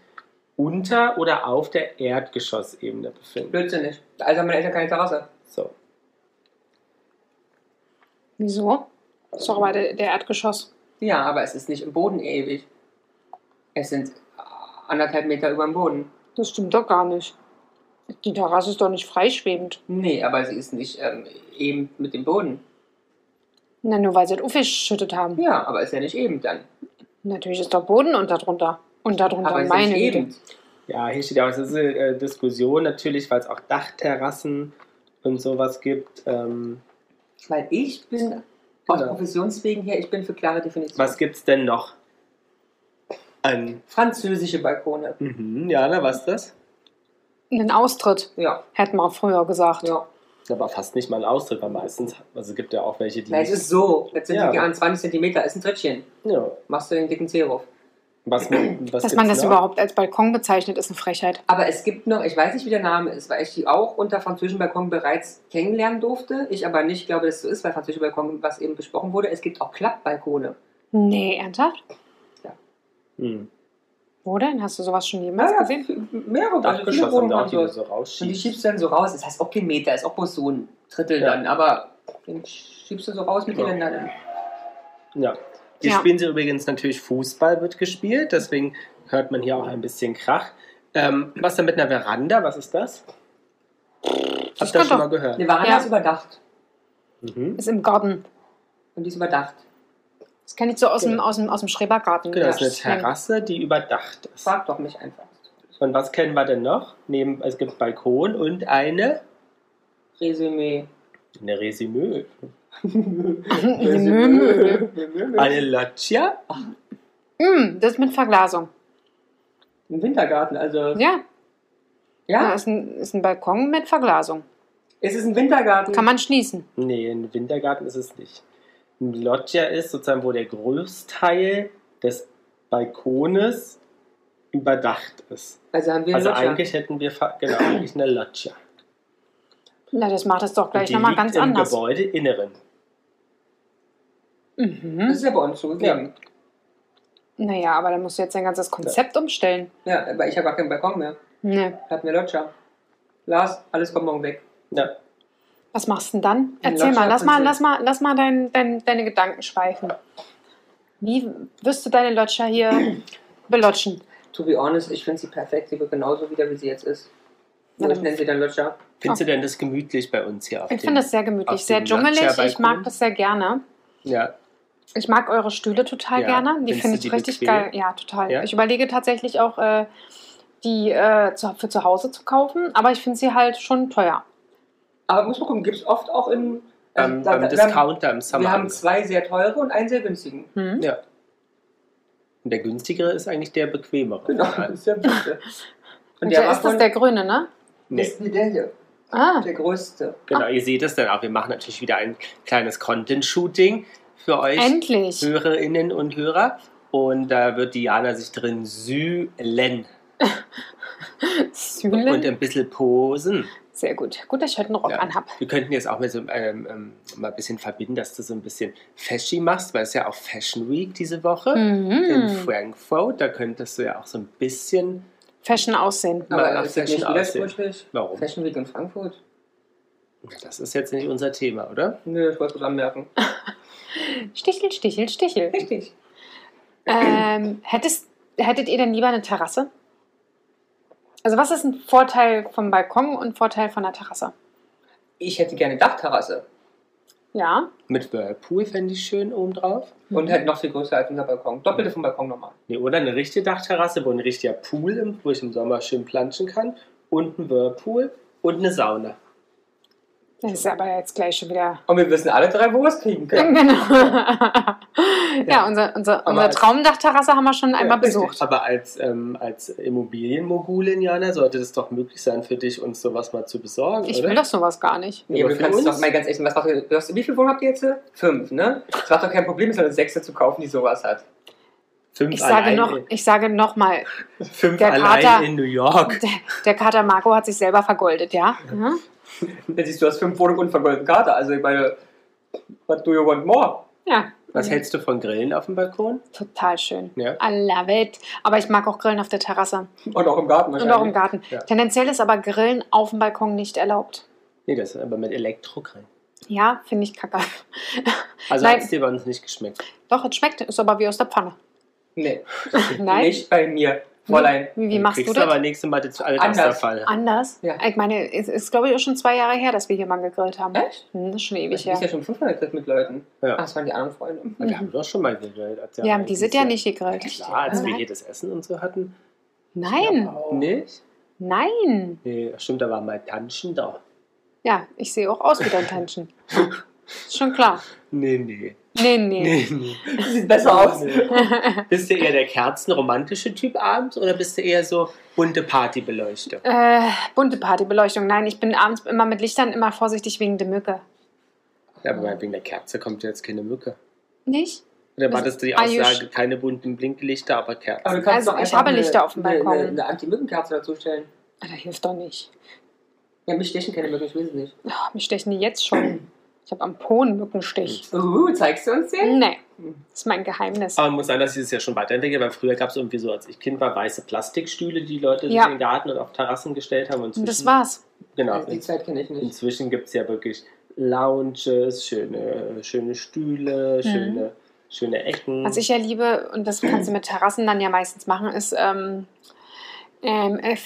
Speaker 3: unter oder auf der Erdgeschossebene befindet.
Speaker 1: Blödsinnig. Also haben meine Eltern keine Terrasse.
Speaker 3: So.
Speaker 2: Wieso? Ist doch aber der, der Erdgeschoss.
Speaker 1: Ja, aber es ist nicht im Boden ewig. Es sind anderthalb Meter über dem Boden.
Speaker 2: Das stimmt doch gar nicht. Die Terrasse ist doch nicht freischwebend.
Speaker 1: Nee, aber sie ist nicht ähm, eben mit dem Boden.
Speaker 2: Na, nur weil sie das aufgeschüttet haben.
Speaker 1: Ja, aber ist ja nicht eben dann.
Speaker 2: Natürlich ist doch Boden unter drunter. Und darunter
Speaker 1: Aber ist ja
Speaker 2: meine
Speaker 1: nicht
Speaker 2: Güte.
Speaker 1: eben.
Speaker 3: Ja, hier steht ja auch, es ist eine äh, Diskussion natürlich, weil es auch Dachterrassen und sowas gibt. Ähm,
Speaker 1: Weil ich bin aus
Speaker 3: Genau.
Speaker 1: Professionswegen her, ich bin für klare Definition.
Speaker 3: was gibt's denn noch? An.
Speaker 1: Französische Balkone.
Speaker 3: Ähm, Mhm, ja, na, was ist das?
Speaker 2: Einen Austritt,
Speaker 1: Ja,
Speaker 2: hätten wir auch früher gesagt.
Speaker 1: ja.
Speaker 3: Aber fast nicht mal ein Austritt, weil meistens, also es gibt ja auch welche, die.
Speaker 1: Na, es ist so. Jetzt sind
Speaker 3: Ja,
Speaker 1: die
Speaker 3: aber-
Speaker 1: an 20 cm, ist ein Trittchen.
Speaker 3: ja,
Speaker 1: Machst du den dicken Zeh drauf.
Speaker 3: Was, was
Speaker 2: Dass man das
Speaker 3: gibt's noch?
Speaker 2: überhaupt als Balkon bezeichnet, ist eine Frechheit.
Speaker 1: Aber es gibt noch, ich weiß nicht, wie der Name ist, weil ich die auch unter französischen Balkon bereits kennenlernen durfte. Ich aber nicht glaube, dass es so ist, weil französischer Balkon, was eben besprochen wurde, es gibt auch Klappbalkone.
Speaker 2: Nee, ernsthaft? Also
Speaker 3: Hm.
Speaker 2: Wo denn? Hast du sowas schon jemals gesehen?
Speaker 1: mehrere, also viele
Speaker 3: Dachgeschosse,
Speaker 1: Wohnungen
Speaker 3: da
Speaker 1: haben
Speaker 3: die du
Speaker 1: sowas.
Speaker 3: so
Speaker 1: Und die
Speaker 3: rausschiebst.
Speaker 1: schiebst du dann so raus. Das heißt auch kein Meter, ist auch bloß so ein Drittel
Speaker 3: Ja.
Speaker 1: dann, aber den schiebst du so raus mit
Speaker 3: Ja.
Speaker 1: den Ländern.
Speaker 3: Ja. Hier
Speaker 2: Ja.
Speaker 3: spielen sie übrigens natürlich Fußball, wird gespielt, deswegen hört man hier auch ein bisschen Krach. Ähm, was denn mit einer Veranda? Was ist das? Habt ihr
Speaker 2: kann
Speaker 3: das schon
Speaker 2: doch-
Speaker 3: mal gehört?
Speaker 1: Eine Veranda
Speaker 2: Ja.
Speaker 1: ist überdacht.
Speaker 3: Mhm.
Speaker 2: Ist im Garten.
Speaker 1: Und die ist überdacht.
Speaker 2: Das kenne ich so aus, dem,
Speaker 3: Genau.
Speaker 2: aus, dem, aus dem Schrebergarten.
Speaker 3: Genau, das
Speaker 2: Ja,
Speaker 3: ist eine Terrasse, die überdacht ist.
Speaker 1: Frag doch mich einfach.
Speaker 3: Und was kennen wir denn noch? Neben, es gibt Balkon und eine,
Speaker 1: Resümee.
Speaker 3: eine Resümö,
Speaker 2: Eine Möhmöhle.
Speaker 3: eine Loggia.
Speaker 2: Mm, das ist mit Verglasung.
Speaker 1: Im Wintergarten, also.
Speaker 2: Ja, ja
Speaker 1: Ja,
Speaker 2: ist, ein, ist ein Balkon mit Verglasung.
Speaker 1: es ist ein Wintergarten.
Speaker 2: Kann man schließen.
Speaker 3: Nee, ein Wintergarten ist es nicht. Ein Loggia ist sozusagen, wo der Großteil des Balkones überdacht ist.
Speaker 1: also haben wir
Speaker 3: Also
Speaker 1: Lutscher.
Speaker 3: eigentlich hätten wir fa- genau, eigentlich eine Loggia.
Speaker 2: Na, das macht es doch
Speaker 3: Und
Speaker 2: gleich
Speaker 3: die
Speaker 2: nochmal
Speaker 3: liegt
Speaker 2: ganz
Speaker 3: im
Speaker 2: anders.
Speaker 3: Gebäudeinneren. Hm?
Speaker 1: Das
Speaker 2: Mhm.
Speaker 1: ist ja bei uns so gegeben.
Speaker 2: Naja, aber dann musst du jetzt dein ganzes Konzept umstellen.
Speaker 1: Ja. aber ich habe gar keinen Balkon mehr.
Speaker 2: Ne.
Speaker 1: Ich habe eine Lodger. Lars, alles kommt morgen weg.
Speaker 3: Ja.
Speaker 2: Was machst du denn dann?
Speaker 1: Ein
Speaker 2: Erzähl mal, lass mal,
Speaker 1: Lodger-Konzept.
Speaker 2: lass mal, lass mal dein, dein, deine Gedanken schweifen. Wie wirst du deine Lodger hier belotschen?
Speaker 1: To be honest, ich finde sie perfekt. Sie wird genauso wieder, wie sie jetzt ist. Nur
Speaker 2: Ja,
Speaker 1: ich
Speaker 2: dann-
Speaker 1: nenne sie dann Lodger.
Speaker 3: Findest du denn das gemütlich bei uns hier auf
Speaker 2: Ich
Speaker 3: dem?
Speaker 2: finde das sehr
Speaker 3: auf
Speaker 2: gemütlich, sehr
Speaker 3: dem
Speaker 2: dschungelig. Ich
Speaker 3: Lodger-Balkon?
Speaker 2: mag das sehr gerne.
Speaker 3: Ja.
Speaker 2: Ich mag eure Stühle total
Speaker 3: Ja,
Speaker 2: gerne. Die
Speaker 3: findest
Speaker 2: finde
Speaker 3: du
Speaker 2: ich
Speaker 3: die
Speaker 2: richtig
Speaker 3: bequem?
Speaker 2: geil. Ja, total.
Speaker 3: Ja?
Speaker 2: Ich überlege tatsächlich auch, äh, die äh, zu, für zu Hause zu kaufen, aber ich finde sie halt schon teuer.
Speaker 1: Aber muss man gucken, gibt es oft auch in. also
Speaker 3: Beim,
Speaker 1: da-
Speaker 3: beim
Speaker 1: da- wir haben-
Speaker 3: Discounter im
Speaker 1: Wir haben
Speaker 3: Summer.
Speaker 1: zwei sehr teure und einen sehr günstigen.
Speaker 2: Hm?
Speaker 3: Ja. Und der günstigere ist eigentlich der bequemere.
Speaker 1: Genau, das
Speaker 3: Ja.
Speaker 1: ist der beste.
Speaker 2: Und der ist das der grüne, ne?
Speaker 3: Nee.
Speaker 1: ist wie der hier,
Speaker 2: Ah,
Speaker 1: der größte.
Speaker 3: Genau, ihr seht es dann auch. Wir machen natürlich wieder ein kleines Content-Shooting für euch
Speaker 2: endlich.
Speaker 3: Hörerinnen und Hörer. Und da wird Diana sich drin sühlen Hm. und
Speaker 2: Sühlen.
Speaker 3: ein bisschen posen.
Speaker 2: Sehr gut. Gut, dass ich heute einen Rock
Speaker 3: Ja.
Speaker 2: anhab.
Speaker 3: Wir könnten jetzt auch mal, so, ähm, ähm, mal ein bisschen verbinden, dass du so ein bisschen Fashion machst, weil es ja auch Fashion Week diese Woche in
Speaker 2: Mhm.
Speaker 3: Frankfurt. Da könntest du ja auch so ein bisschen.
Speaker 2: Fashion aussehen.
Speaker 3: Mal nach
Speaker 1: Aber ist das
Speaker 3: Fashion
Speaker 1: nicht
Speaker 3: aussehen.
Speaker 1: widersprüchlich?
Speaker 3: Warum?
Speaker 1: Fashion Week in Frankfurt?
Speaker 3: Das ist jetzt nicht unser Thema, oder?
Speaker 1: Nö, ich wollte es anmerken.
Speaker 2: Stichel, stichel, stichel.
Speaker 1: Richtig.
Speaker 2: Ähm, hättest, hättet ihr denn lieber eine Terrasse? Also was ist ein Vorteil vom Balkon und Vorteil von der Terrasse?
Speaker 1: Ich hätte gerne Dachterrasse.
Speaker 2: Ja.
Speaker 3: Mit Whirlpool fände ich schön obendrauf.
Speaker 1: Und halt noch viel größer als unser Balkon. Doppelte vom Balkon nochmal.
Speaker 3: Nee, oder eine richtige Dachterrasse, wo ein richtiger Pool, im- wo ich im Sommer schön planschen kann. Und ein Whirlpool und eine Sauna.
Speaker 2: Das ist aber jetzt gleich schon wieder.
Speaker 1: Und wir wissen alle drei, wo wir es kriegen können.
Speaker 2: Genau. ja, unser, unser,
Speaker 3: Aber
Speaker 2: unsere
Speaker 3: als-
Speaker 2: Traumdachterrasse haben wir schon einmal
Speaker 3: Ja,
Speaker 2: besucht.
Speaker 3: richtig. Aber als, ähm, als Immobilienmogulin, Jana, sollte das doch möglich sein für dich, uns sowas mal zu besorgen,
Speaker 2: Ich
Speaker 3: oder?
Speaker 2: will doch sowas gar nicht.
Speaker 1: Nee, aber du
Speaker 3: für
Speaker 1: kannst
Speaker 3: uns?
Speaker 1: doch mal ganz echt, was macht ihr, du hast, wie viel Wohnungen habt ihr jetzt? Fünf, ne? Es war doch kein Problem, so eine Sechste zu kaufen, die sowas hat.
Speaker 3: Fünf
Speaker 2: Ich sage,
Speaker 3: allein
Speaker 2: noch,
Speaker 3: in-
Speaker 2: ich sage noch mal,
Speaker 3: fünf
Speaker 2: der
Speaker 3: allein
Speaker 2: Kater-
Speaker 3: in New York.
Speaker 2: der, der Kater Marco hat sich selber vergoldet, ja? Mhm.
Speaker 1: Dann siehst du, du hast fünf Wohnungen und vergoldeten Kater. Also ich meine, what do you want more?
Speaker 2: Ja,
Speaker 3: Was hältst du von Grillen auf dem Balkon?
Speaker 2: total schön.
Speaker 3: Ja.
Speaker 2: I love it. Aber ich mag auch Grillen auf der Terrasse
Speaker 1: Und auch im Garten
Speaker 2: und
Speaker 1: wahrscheinlich.
Speaker 2: auch im Garten.
Speaker 3: Ja.
Speaker 2: Tendenziell ist aber Grillen auf dem Balkon nicht erlaubt.
Speaker 3: Nee, das ist aber mit Elektrogrillen.
Speaker 2: Ja, finde ich kacke.
Speaker 3: Also
Speaker 2: Nein.
Speaker 3: hat es dir bei uns nicht geschmeckt.
Speaker 2: Doch, es schmeckt, ist aber wie aus der Pfanne.
Speaker 1: Nee,
Speaker 2: Nein?
Speaker 1: nicht bei mir, Fräulein.
Speaker 2: Wie, wie
Speaker 3: Dann
Speaker 2: machst
Speaker 3: kriegst
Speaker 2: du das?
Speaker 3: aber nächste Mal das alte
Speaker 1: Anders.
Speaker 3: Rasterfall.
Speaker 2: Anders?
Speaker 1: Ja.
Speaker 2: Ich meine, es ist, glaube ich, auch schon zwei Jahre her, dass wir hier mal gegrillt haben.
Speaker 1: Echt?
Speaker 2: Hm, das ist schon ewig
Speaker 1: Ich
Speaker 2: her.
Speaker 1: ja schon fünfmal gekriegt mit Leuten.
Speaker 3: Ja.
Speaker 1: Ach, das waren die anderen Freunde.
Speaker 2: Hm.
Speaker 3: Wir haben doch schon mal gegrillt. als
Speaker 2: Mhm. Wir haben die sind ja
Speaker 3: Jahr-
Speaker 2: nicht gegrillt.
Speaker 3: Klar, als wir
Speaker 2: Nein.
Speaker 3: hier das Essen und so hatten.
Speaker 2: Nein,
Speaker 3: Nicht?
Speaker 2: nein.
Speaker 3: Nee, stimmt, da war mal Tanschen da.
Speaker 2: Ja, ich sehe auch aus wie dein Tanschen. Ist schon klar.
Speaker 3: Nee, nee.
Speaker 2: Nee, nee.
Speaker 3: nee, nee.
Speaker 1: Sieht besser aus.
Speaker 2: Hm.
Speaker 3: Bist du eher der kerzenromantische Typ abends oder bist du eher so bunte Partybeleuchtung?
Speaker 2: Äh, bunte Partybeleuchtung. Nein, ich bin abends immer mit Lichtern immer vorsichtig wegen der Mücke.
Speaker 3: Ja, aber wegen der Kerze kommt jetzt keine Mücke.
Speaker 2: Nicht?
Speaker 3: Dann war das die
Speaker 2: Ah, jusch.
Speaker 3: Aussage, keine bunten Blinklichter, aber Kerzen.
Speaker 1: Aber du kannst
Speaker 2: Also,
Speaker 1: doch
Speaker 2: ich
Speaker 1: einfach
Speaker 2: habe Lichter auf dem Balkon.
Speaker 1: Eine, eine Anti-Mückenkerze dazustellen.
Speaker 2: Ah, Das hilft doch nicht.
Speaker 1: Ja, mich stechen keine Mücken, ich weiß es nicht.
Speaker 2: Ah, Mich stechen die jetzt schon. Ich habe am Po einen Mückenstich.
Speaker 1: Uh, zeigst du uns den?
Speaker 2: Nee, das ist mein Geheimnis.
Speaker 3: Hm. Aber muss sein, dass dieses Jahr schon weiterentwickelt, weil früher gab es irgendwie so, als ich Kind war, weiße Plastikstühle, die Leute sich
Speaker 2: Ja.
Speaker 3: in den Garten und auf Terrassen gestellt haben. Und
Speaker 2: Und das
Speaker 3: inzwischen-
Speaker 2: war's.
Speaker 3: Genau.
Speaker 1: Also, die Zeit kenne ich nicht.
Speaker 3: Inzwischen gibt es ja wirklich Lounges, schöne, schöne Stühle, schöne, schöne Ecken.
Speaker 2: Mhm. Was ich ja liebe, und das kannst du mit Terrassen dann ja meistens machen, ist ähm, ähm, äh,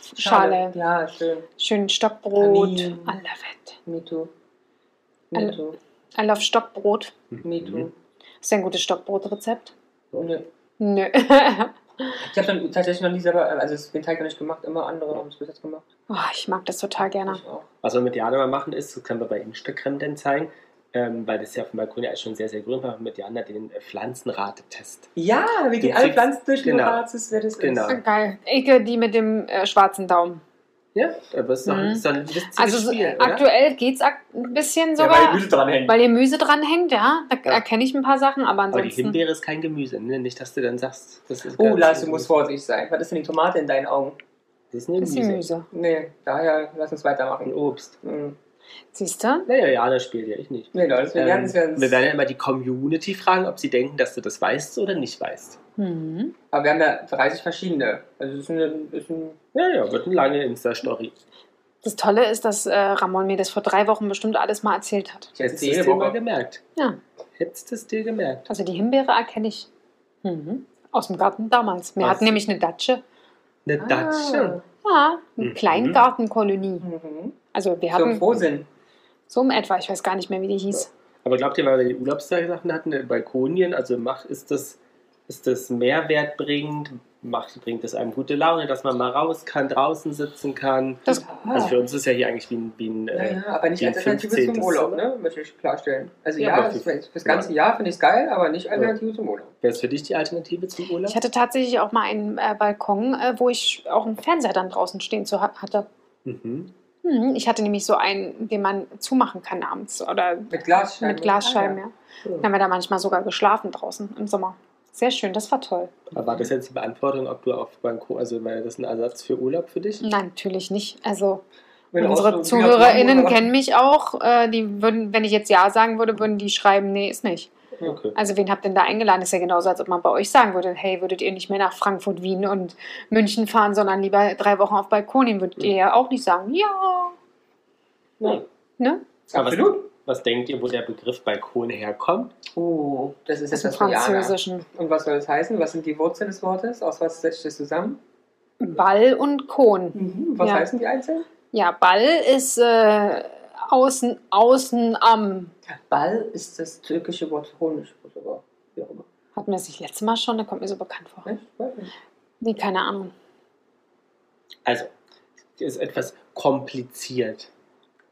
Speaker 2: Feuerschale,
Speaker 1: Ja, schön.
Speaker 2: schön Stockbrot. I
Speaker 1: Kamin.
Speaker 2: love it.
Speaker 1: Me too.
Speaker 2: Alle-
Speaker 1: Me too.
Speaker 2: I love Stockbrot.
Speaker 3: Mhm.
Speaker 1: Me too.
Speaker 2: Ist ja ein gutes Stockbrotrezept?
Speaker 1: Nö.
Speaker 2: Nö.
Speaker 1: Ich habe dann tatsächlich noch nie selber, also den Teig noch nicht gemacht, immer andere haben es bis jetzt gemacht.
Speaker 2: oh, ich mag das total gerne.
Speaker 1: Ich auch.
Speaker 3: Was wir mit Jana mal machen ist, das können wir bei Instagram dann zeigen, ähm, weil das ja auf dem Balkon ja schon sehr, sehr grün war, mit Jana den äh, Pflanzenratetest.
Speaker 1: Ja, wir
Speaker 3: Du
Speaker 1: gehen alle
Speaker 3: kriegst-
Speaker 1: Pflanzen durch,
Speaker 3: genau.
Speaker 1: genau. Ratzes, wer das
Speaker 3: Genau.
Speaker 1: ist.
Speaker 2: Geil. Ecke, die mit dem äh, schwarzen Daumen.
Speaker 3: Ja, aber es ist doch
Speaker 2: Mhm.
Speaker 3: ist doch ein witziges
Speaker 2: Also so,
Speaker 3: Spiel, oder?
Speaker 2: aktuell geht's ak ein bisschen
Speaker 3: Ja, weil die
Speaker 2: sogar,
Speaker 3: Gemüse dran hängt.
Speaker 2: weil die Müse dranhängt, ja. Da
Speaker 3: Ja.
Speaker 2: erkenne ich ein paar Sachen, aber
Speaker 3: Aber die
Speaker 2: ansonsten.
Speaker 3: Himbeere ist kein Gemüse, ne? Nicht, dass du dann sagst, das ist
Speaker 1: Oh,
Speaker 3: kein
Speaker 1: Lars, du
Speaker 3: Gemüse.
Speaker 1: musst vorsichtig sein. Was ist denn die Tomate in deinen Augen?
Speaker 3: Das ist eine
Speaker 2: Das ist die
Speaker 3: Gemüse.
Speaker 2: Müse.
Speaker 1: Nee, daher lass uns
Speaker 3: Ein
Speaker 1: weitermachen.
Speaker 3: Obst.
Speaker 1: Mhm.
Speaker 2: Siehst du?
Speaker 3: Naja, Jana spielt ja, ich nicht.
Speaker 1: Genau, das wir
Speaker 3: Ähm,
Speaker 1: werden es werden.
Speaker 3: wir werden ja immer die Community fragen, ob sie denken, dass du das weißt oder nicht weißt.
Speaker 2: Mhm.
Speaker 1: Aber wir haben ja 30 verschiedene. Also es ist, eine, ist ein,
Speaker 3: Ja, ja, wird eine lange Insta-Story.
Speaker 2: Das Tolle ist, dass äh, Ramon mir das vor drei Wochen bestimmt alles mal erzählt hat.
Speaker 1: ich jetzt
Speaker 3: Hättest du es
Speaker 1: jede
Speaker 3: dir mal
Speaker 1: Woche.
Speaker 3: gemerkt.
Speaker 2: Ja,
Speaker 3: Hättest du es dir gemerkt.
Speaker 2: also die Himbeere erkenne ich. Mhm. Aus dem Garten damals. Wir
Speaker 3: Was?
Speaker 2: hatten nämlich eine Datsche.
Speaker 3: Eine
Speaker 1: Ah.
Speaker 3: Datsche.
Speaker 2: Ja, eine
Speaker 3: Mhm.
Speaker 2: Kleingartenkolonie.
Speaker 1: Mhm.
Speaker 2: Also wir
Speaker 1: So ein
Speaker 2: hatten so,
Speaker 1: Frohsinn.
Speaker 2: in etwa, ich weiß gar nicht mehr, wie die hieß.
Speaker 3: Aber glaubt ihr, weil wir die Urlaubstage Sachen hatten, äh, Balkonien, also mach, ist das, ist das mehrwertbringend, macht, bringt es einem gute Laune, dass man mal raus kann, draußen sitzen kann.
Speaker 2: Das,
Speaker 3: Also für uns ist ja hier eigentlich wie ein, wie ein
Speaker 1: Ah. Ja,
Speaker 3: äh,
Speaker 1: ja, aber nicht
Speaker 3: die
Speaker 1: als Alternative
Speaker 3: 15.
Speaker 1: zum Urlaub, ne? möchte ich klarstellen. Also
Speaker 3: Ja,
Speaker 1: ja,
Speaker 3: aber
Speaker 1: das,
Speaker 3: für-
Speaker 1: das ganze Jahr finde ich es geil, aber nicht Alternative zum Urlaub.
Speaker 3: wäre es für dich die Alternative zum Urlaub?
Speaker 2: ich hatte tatsächlich auch mal einen äh, Balkon, äh, wo ich auch einen Fernseher dann draußen stehen zu ha hatte.
Speaker 3: Mhm.
Speaker 2: Hm, ich hatte nämlich so einen, den man zumachen kann abends oder
Speaker 1: Mit Glasscheiben.
Speaker 2: mit Glasscheiben.
Speaker 1: Ah,
Speaker 2: Ja. Dann haben wir da manchmal sogar geschlafen draußen im Sommer. Sehr schön, das war toll.
Speaker 3: Aber war das jetzt die Beantwortung, ob du auf Balkon, also wäre das ein Ersatz für Urlaub für dich?
Speaker 2: Nein, natürlich nicht. Also
Speaker 1: Wenn
Speaker 2: unsere
Speaker 1: Ausflug- Ja,
Speaker 2: ZuhörerInnen
Speaker 1: aber-
Speaker 2: kennen mich auch. Äh, die würden, wenn ich jetzt Ja sagen würde, würden die schreiben, nee, ist nicht.
Speaker 3: Okay.
Speaker 2: Also wen habt denn da eingeladen? Ist ja genauso, als ob man bei euch sagen würde, hey, würdet ihr nicht mehr nach Frankfurt, Wien und München fahren, sondern lieber drei Wochen auf Balkonien, würdet ihr ja auch nicht sagen, ja.
Speaker 3: Ja.
Speaker 2: Ne?
Speaker 3: Aber was,
Speaker 1: Absolut.
Speaker 3: was denkt ihr, wo der Begriff Balkon herkommt?
Speaker 1: Oh, das ist
Speaker 2: Das
Speaker 1: jetzt
Speaker 2: ist
Speaker 1: das
Speaker 2: im
Speaker 1: Französisch.
Speaker 2: Französischen.
Speaker 1: Und was soll das heißen? Was sind die Wurzeln des Wortes? Aus was setzt das zusammen?
Speaker 2: Ball und Kohn.
Speaker 1: Mhm. Was
Speaker 2: Ja.
Speaker 1: heißen die einzeln?
Speaker 2: Ja, Ball ist äh, außen, außen am.
Speaker 1: Ball ist das türkische Wort für Honig. Oder wie auch immer.
Speaker 2: Hatten wir das nicht letztes Mal schon? Da kommt mir so bekannt vor.
Speaker 1: Ne? Ich weiß nicht.
Speaker 2: Nee, keine Ahnung.
Speaker 3: Also, ist etwas kompliziert.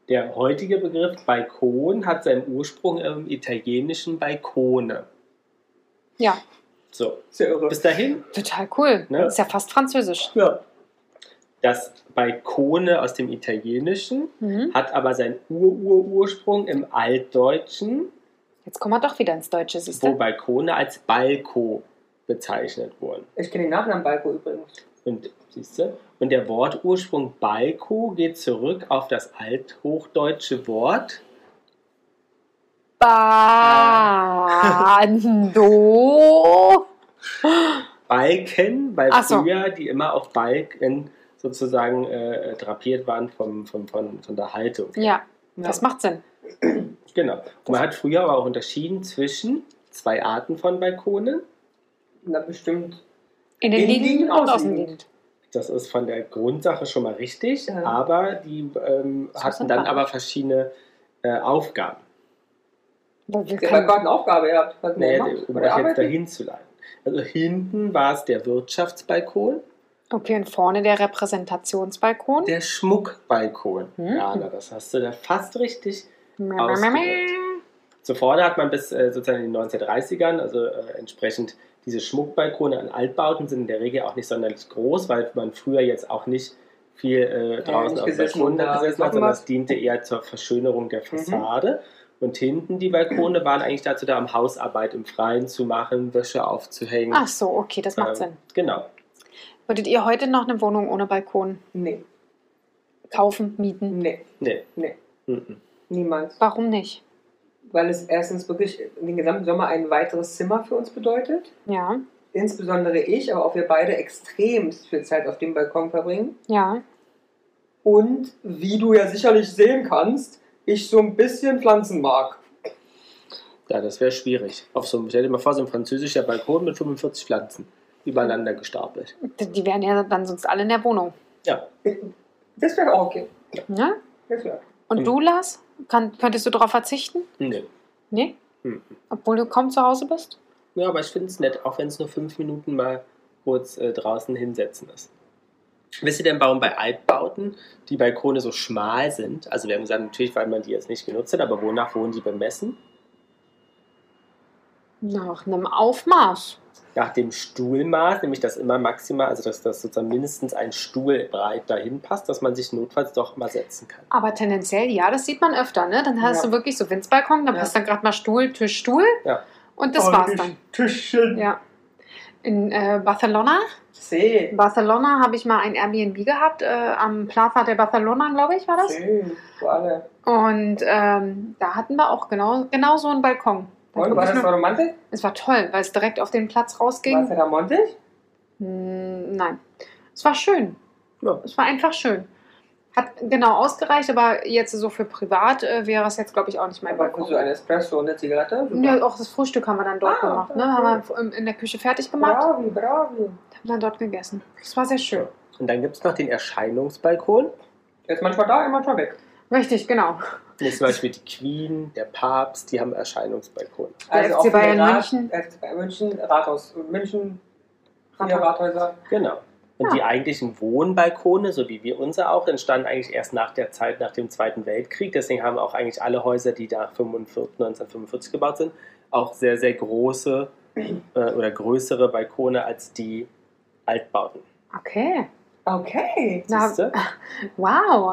Speaker 3: Der heutige Begriff Balkon hat seinen Ursprung im italienischen Balkone.
Speaker 2: Ja,
Speaker 3: So,
Speaker 1: Ist ja irre.
Speaker 3: bis dahin.
Speaker 2: total cool.
Speaker 3: Ne?
Speaker 2: Ist ja fast französisch.
Speaker 3: Ja. Das Balkone aus dem Italienischen
Speaker 2: Mhm.
Speaker 3: hat aber seinen Ur-Ur-Ursprung im Altdeutschen,
Speaker 2: Jetzt kommen wir doch wieder ins Deutsche, siehst
Speaker 3: wo
Speaker 2: du?
Speaker 3: Balkone als Balko bezeichnet wurden.
Speaker 1: Ich kenne den Nachnamen Balko übrigens.
Speaker 3: Und siehst du? Und der Wortursprung Balko geht zurück auf das althochdeutsche Wort
Speaker 2: Bando.
Speaker 3: Balken, weil
Speaker 2: Ach so.
Speaker 3: früher die immer auf Balken sozusagen äh, drapiert waren vom, vom, von, von der Haltung.
Speaker 2: Ja,
Speaker 1: Ja.
Speaker 2: das macht Sinn.
Speaker 3: Genau. Und man hat früher aber auch unterschieden zwischen zwei Arten von Balkonen.
Speaker 1: Na, bestimmt.
Speaker 2: In den
Speaker 1: Innen-
Speaker 2: Liegenden und
Speaker 1: Außenliegend.
Speaker 2: Außenliegend.
Speaker 3: Das ist von der Grundsache schon mal richtig,
Speaker 1: Ja.
Speaker 3: aber die ähm,
Speaker 2: Das
Speaker 3: hatten
Speaker 2: muss man
Speaker 3: dann
Speaker 2: machen.
Speaker 3: aber verschiedene äh, Aufgaben.
Speaker 2: Weil wir
Speaker 1: Der hat
Speaker 2: können-
Speaker 1: gerade eine Aufgabe gehabt. Was
Speaker 3: Nee,
Speaker 1: nee,
Speaker 3: um
Speaker 1: gemacht?
Speaker 3: das jetzt
Speaker 1: Arbeiten?
Speaker 3: dahin zu leiten. Also hinten war es der Wirtschaftsbalkon,
Speaker 2: Okay, und vorne der Repräsentationsbalkon.
Speaker 3: der Schmuckbalkon.
Speaker 2: Hm.
Speaker 3: Ja, na, das hast du da fast richtig.
Speaker 2: Mäh, mäh, mäh, mäh.
Speaker 3: ausgewählt. Zuvor hat man bis äh, sozusagen in den 1930ern, also äh, entsprechend diese Schmuckbalkone an Altbauten sind in der Regel auch nicht sonderlich groß, weil man früher jetzt auch nicht viel äh, draußen
Speaker 1: nicht
Speaker 3: auf dem
Speaker 1: gesessen
Speaker 3: Balkon
Speaker 1: und da Mhm.
Speaker 3: gesessen hat,
Speaker 1: gesoffen
Speaker 3: sondern
Speaker 1: hat.
Speaker 3: es diente eher zur Verschönerung der Fassade. Und hinten die Balkone waren eigentlich dazu da, um Hausarbeit im Freien zu machen, Wäsche aufzuhängen.
Speaker 2: Ach so, okay, das macht
Speaker 3: Ähm,
Speaker 2: Sinn.
Speaker 3: Genau.
Speaker 2: Würdet ihr heute noch eine Wohnung ohne Balkon
Speaker 1: Nee,
Speaker 2: kaufen, mieten?
Speaker 1: nee,
Speaker 3: Nee.
Speaker 1: nee,
Speaker 3: mhm.
Speaker 1: niemals.
Speaker 2: Warum nicht?
Speaker 1: Weil es erstens wirklich den gesamten Sommer ein weiteres Zimmer für uns bedeutet.
Speaker 2: Ja,
Speaker 1: Insbesondere ich, aber auch wir beide extremst viel Zeit auf dem Balkon verbringen.
Speaker 2: ja.
Speaker 1: Und wie du ja sicherlich sehen kannst, ich so ein bisschen Pflanzen mag.
Speaker 3: Ja, das wäre schwierig. Auf so, einem- stell dir mal vor, so ein französischer Balkon mit 45 Pflanzen übereinander gestapelt.
Speaker 2: D- Die wären ja dann sonst alle in der Wohnung.
Speaker 3: Ja.
Speaker 1: Das wäre auch okay.
Speaker 2: Ne?
Speaker 1: Das wäre.
Speaker 2: Und
Speaker 3: Mhm.
Speaker 2: du, Lars, kann, könntest du darauf verzichten?
Speaker 3: Nee.
Speaker 2: Nee?
Speaker 3: Mhm.
Speaker 2: Obwohl du kaum zu Hause bist?
Speaker 3: Ja, aber ich finde es nett, auch wenn es nur fünf Minuten mal kurz äh, draußen hinsetzen ist. Wisst ihr denn, warum bei Altbauten die Balkone so schmal sind? Also wir haben gesagt, natürlich, weil man die jetzt nicht genutzt hat, aber wonach wurden die bemessen?
Speaker 2: Nach einem Aufmaß.
Speaker 3: Nach dem Stuhlmaß, nämlich dass immer maximal, also dass, dass sozusagen mindestens ein Stuhl breit dahin passt, dass man sich notfalls doch mal setzen kann.
Speaker 2: Aber tendenziell, ja, das sieht man öfter, ne? Dann hast
Speaker 1: Ja.
Speaker 2: du wirklich so Winzbalkon, dann
Speaker 1: Ja.
Speaker 2: passt dann gerade mal Stuhl, Tisch, Stuhl.
Speaker 3: Ja.
Speaker 2: Und das war's dann.
Speaker 1: Tischchen.
Speaker 2: Ja. In äh, Barcelona. In
Speaker 1: Zehn.
Speaker 2: Barcelona habe ich mal ein Airbnb gehabt, äh, am Plaza de Barcelona, glaube ich, war das.
Speaker 1: Zehn. Für alle.
Speaker 2: Und ähm, da hatten wir auch genau, genau so einen Balkon. Da
Speaker 1: Und
Speaker 2: guck
Speaker 1: war
Speaker 2: ich
Speaker 1: das
Speaker 2: nur-
Speaker 1: romantisch?
Speaker 2: es war toll, weil es direkt auf den Platz
Speaker 1: War es
Speaker 2: rausging.
Speaker 1: ja romantisch?
Speaker 2: Hm, nein. Es war schön.
Speaker 3: Ja.
Speaker 2: Es war einfach schön. Hat genau ausgereicht, aber jetzt so für privat äh, wäre es jetzt, glaube ich, auch nicht mein
Speaker 1: Aber
Speaker 2: Balkon.
Speaker 1: kurz so ein Espresso und eine Zigarette?
Speaker 2: Ja, auch das Frühstück haben wir dann dort
Speaker 1: Ah,
Speaker 2: gemacht. Ne?
Speaker 1: okay.
Speaker 2: Haben wir in- in der Küche fertig gemacht,
Speaker 1: Bravi, bravi.
Speaker 2: haben dann dort gegessen. Das war sehr schön.
Speaker 3: Und dann gibt es noch den Erscheinungsbalkon.
Speaker 1: Jetzt manchmal da, manchmal weg.
Speaker 2: Richtig, genau.
Speaker 3: Hier ist Zum Beispiel die Queen, der Papst, die haben Erscheinungsbalkon.
Speaker 2: Der FC
Speaker 1: Also auch
Speaker 2: Bayern
Speaker 1: Rat-
Speaker 2: München.
Speaker 1: FC Bayern München, Rathaus. München, vier
Speaker 2: Rathaus.
Speaker 1: Rathäuser.
Speaker 3: Genau. Und
Speaker 2: Ja.
Speaker 3: die eigentlichen Wohnbalkone, so wie wir unser auch, entstanden eigentlich erst nach der Zeit nach dem Zweiten Weltkrieg. Deswegen haben auch eigentlich alle Häuser, die nach 45, 1945 gebaut sind, auch sehr, sehr große äh, oder größere Balkone als die Altbauten.
Speaker 2: Okay.
Speaker 1: Okay.
Speaker 2: Na,
Speaker 3: Siehste?
Speaker 2: Wow. Äh,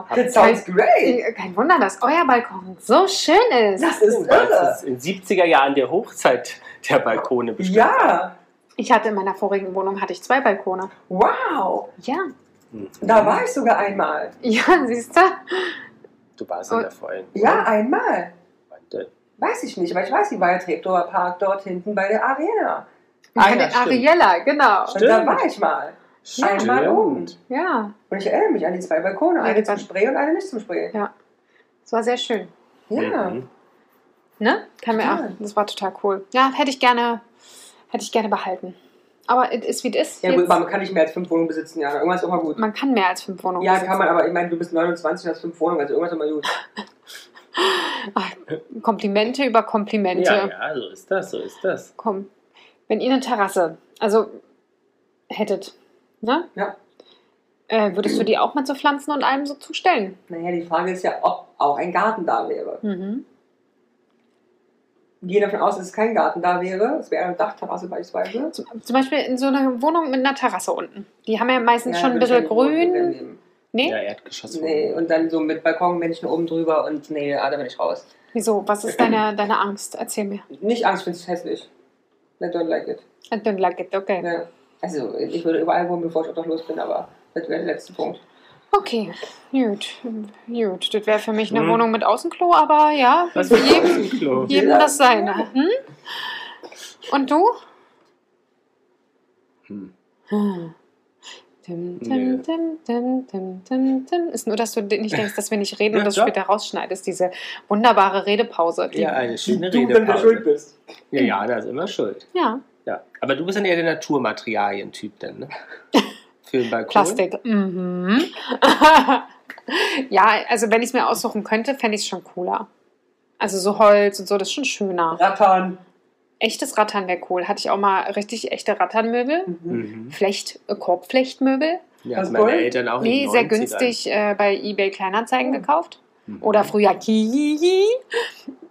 Speaker 3: Hab-
Speaker 1: That sounds great.
Speaker 2: Kein Wunder, dass euer Balkon so schön ist.
Speaker 1: Das ist irre.
Speaker 3: Als es in 70er Jahren der Hochzeit der Balkone bestand.
Speaker 1: Ja,
Speaker 2: Ich hatte in meiner vorigen Wohnung hatte ich zwei Balkone.
Speaker 1: wow.
Speaker 2: Ja.
Speaker 3: Mhm.
Speaker 1: Da war ich sogar einmal.
Speaker 2: Ja, siehst du?
Speaker 1: Ah,
Speaker 3: Du warst in der vollen.
Speaker 2: Mhm.
Speaker 1: Ja, einmal.
Speaker 3: Wand.
Speaker 1: Weiß ich nicht, weil ich weiß, die war ja Treptower Park dort hinten bei der Arena.
Speaker 3: Ah, ja,
Speaker 2: Bei der
Speaker 3: stimmt.
Speaker 2: Ariella, genau.
Speaker 1: Und da
Speaker 3: Stimmt.
Speaker 1: war ich mal. Einmal oben.
Speaker 3: Stimmt.
Speaker 2: Ja,
Speaker 1: Und ich erinnere mich an die zwei Balkone,
Speaker 2: Ja,
Speaker 1: eine
Speaker 2: die
Speaker 1: zum
Speaker 2: waren-
Speaker 1: Spray und eine nicht zum Spray.
Speaker 2: es war sehr schön.
Speaker 1: Ja.
Speaker 3: Mhm.
Speaker 2: Ne? Kann mir
Speaker 1: Total.
Speaker 2: auch. Das war total cool. Ja, hätte ich gerne, hätte ich gerne behalten. Aber es ist wie es ist.
Speaker 1: Ja gut,
Speaker 2: Jetzt-
Speaker 1: man kann nicht mehr als fünf Wohnungen besitzen, ja. Irgendwas ist immer gut.
Speaker 2: man kann mehr als fünf Wohnungen.
Speaker 1: Ja, kann
Speaker 2: besitzen.
Speaker 1: man, aber ich meine, du bist 29 und hast fünf Wohnungen, also irgendwas ist immer gut.
Speaker 2: Komplimente über Komplimente.
Speaker 3: Ja, ja, so ist das, so ist das.
Speaker 2: Komm, wenn ihr eine Terrasse, also hättet, ne?
Speaker 1: Ja.
Speaker 2: Äh, würdest du die auch mit so Pflanzen und allem so zustellen?
Speaker 1: Naja, die Frage ist ja, ob auch ein Garten da wäre.
Speaker 2: Mhm.
Speaker 1: Ich gehe davon aus, dass es kein Garten da wäre. Es wäre eine Dachterrasse beispielsweise.
Speaker 2: Zum, zum Beispiel in so einer Wohnung mit einer Terrasse unten. Die haben ja meistens
Speaker 1: Ja,
Speaker 2: schon ein
Speaker 1: würde ich
Speaker 2: bisschen
Speaker 1: keine Wohnung
Speaker 2: grün.
Speaker 1: nehmen.
Speaker 2: Nee?
Speaker 3: Ja, Erdgeschoss.
Speaker 1: Nee, und dann so mit Balkonmännchen oben drüber und nee, ah, da bin ich raus.
Speaker 2: Wieso? Was ist deine, deine Angst? Erzähl mir.
Speaker 1: Nicht Angst, finde es hässlich. I don't like it.
Speaker 2: I don't like it, okay.
Speaker 1: Ja. Also, ich würde überall wohnen, bevor ich auch noch los bin, aber das wäre der letzte Punkt.
Speaker 2: Okay, gut. Gut, das wäre für mich eine
Speaker 3: Hm.
Speaker 2: Wohnung mit Außenklo, aber ja,
Speaker 3: Was für
Speaker 2: jedem,
Speaker 3: ein Klo.
Speaker 2: jedem das seine. Hm? Und du?
Speaker 3: Hm.
Speaker 2: Dim, dim, dim,
Speaker 3: Nee.
Speaker 2: dim, dim, dim, dim. Ist nur, dass du nicht denkst, dass wir nicht reden
Speaker 3: Ja,
Speaker 2: und das
Speaker 3: klar.
Speaker 2: später rausschneidest, diese wunderbare Redepause. Die,
Speaker 3: Ja, eine schöne
Speaker 1: Du, wenn du
Speaker 3: Redepause.
Speaker 1: schuld bist.
Speaker 3: Ja, ja, da ist immer schuld.
Speaker 2: ja.
Speaker 3: Ja. Aber du bist dann eher der Naturmaterialien-Typ dann, ne? Für den Balkon.
Speaker 2: Plastik. Mhm. ja, also wenn ich es mir aussuchen könnte, fände ich es schon cooler. Also so Holz und so, das ist schon schöner.
Speaker 1: Rattern.
Speaker 2: Echtes Rattan wäre cool. Hatte ich auch mal richtig echte Rattanmöbel.
Speaker 1: Mhm.
Speaker 3: Mhm.
Speaker 2: Flecht, äh, Korbflechtmöbel.
Speaker 3: Ja,
Speaker 1: Aus
Speaker 3: also meine
Speaker 1: Gold?
Speaker 3: Eltern auch
Speaker 2: Nee,
Speaker 3: in den
Speaker 2: sehr
Speaker 3: 90ern.
Speaker 2: günstig äh, bei eBay Kleinanzeigen
Speaker 1: Oh.
Speaker 2: gekauft.
Speaker 3: Mhm.
Speaker 2: Oder früher Kiwi.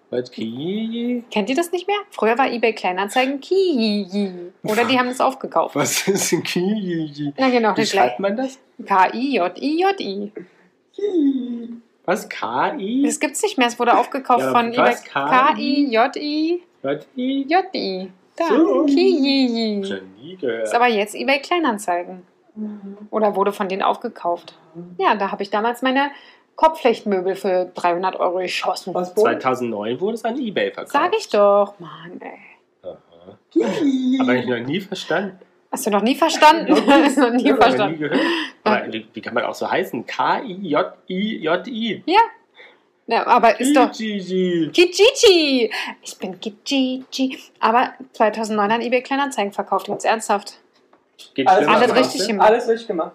Speaker 3: Was? Ki-
Speaker 2: Kennt ihr das nicht mehr? Früher war eBay Kleinanzeigen Kiwi. Oder die haben es aufgekauft.
Speaker 3: Was ist ein Ki?
Speaker 2: Na genau,
Speaker 3: Wie
Speaker 2: das gleiche.
Speaker 3: schreibt man das?
Speaker 2: K-I-J-I-J-I.
Speaker 1: Hi.
Speaker 3: Was? K-I?
Speaker 2: Das gibt's nicht mehr. Es wurde aufgekauft
Speaker 3: Ja,
Speaker 2: von
Speaker 3: was? K-
Speaker 2: K-I-J-I.
Speaker 3: J-I?
Speaker 2: J-I. Da.
Speaker 3: So.
Speaker 2: Kiji.
Speaker 3: Schon nie gehört.
Speaker 2: Ist aber jetzt eBay Kleinanzeigen.
Speaker 3: Mhm.
Speaker 2: Oder wurde von denen aufgekauft. Ja, da habe ich damals meine Kopfflechtmöbel für 300 Euro geschossen.
Speaker 1: Aus Boden.
Speaker 3: 2009 wurde es an Ebay verkauft.
Speaker 2: Sag ich doch. Mann, ey.
Speaker 3: Aha. Aber ich noch nie verstanden.
Speaker 2: Hast du noch nie verstanden? Hast du noch nie
Speaker 3: Ja, aber nie
Speaker 2: verstanden.
Speaker 3: gehört. Aber wie, wie kann man auch so heißen? K-I-J-I-J-I.
Speaker 2: Ja, aber
Speaker 3: Hm.
Speaker 2: ist doch.
Speaker 3: Kijiji.
Speaker 2: Kijiji! Ich bin Kijiji. Aber 2009 an eBay Kleinanzeigen verkauft, jetzt ernsthaft.
Speaker 3: Geht
Speaker 1: Alles
Speaker 3: schlimmer
Speaker 1: hat er
Speaker 3: als
Speaker 2: richtig
Speaker 3: das, ne?
Speaker 2: gemacht.
Speaker 1: Alles richtig gemacht.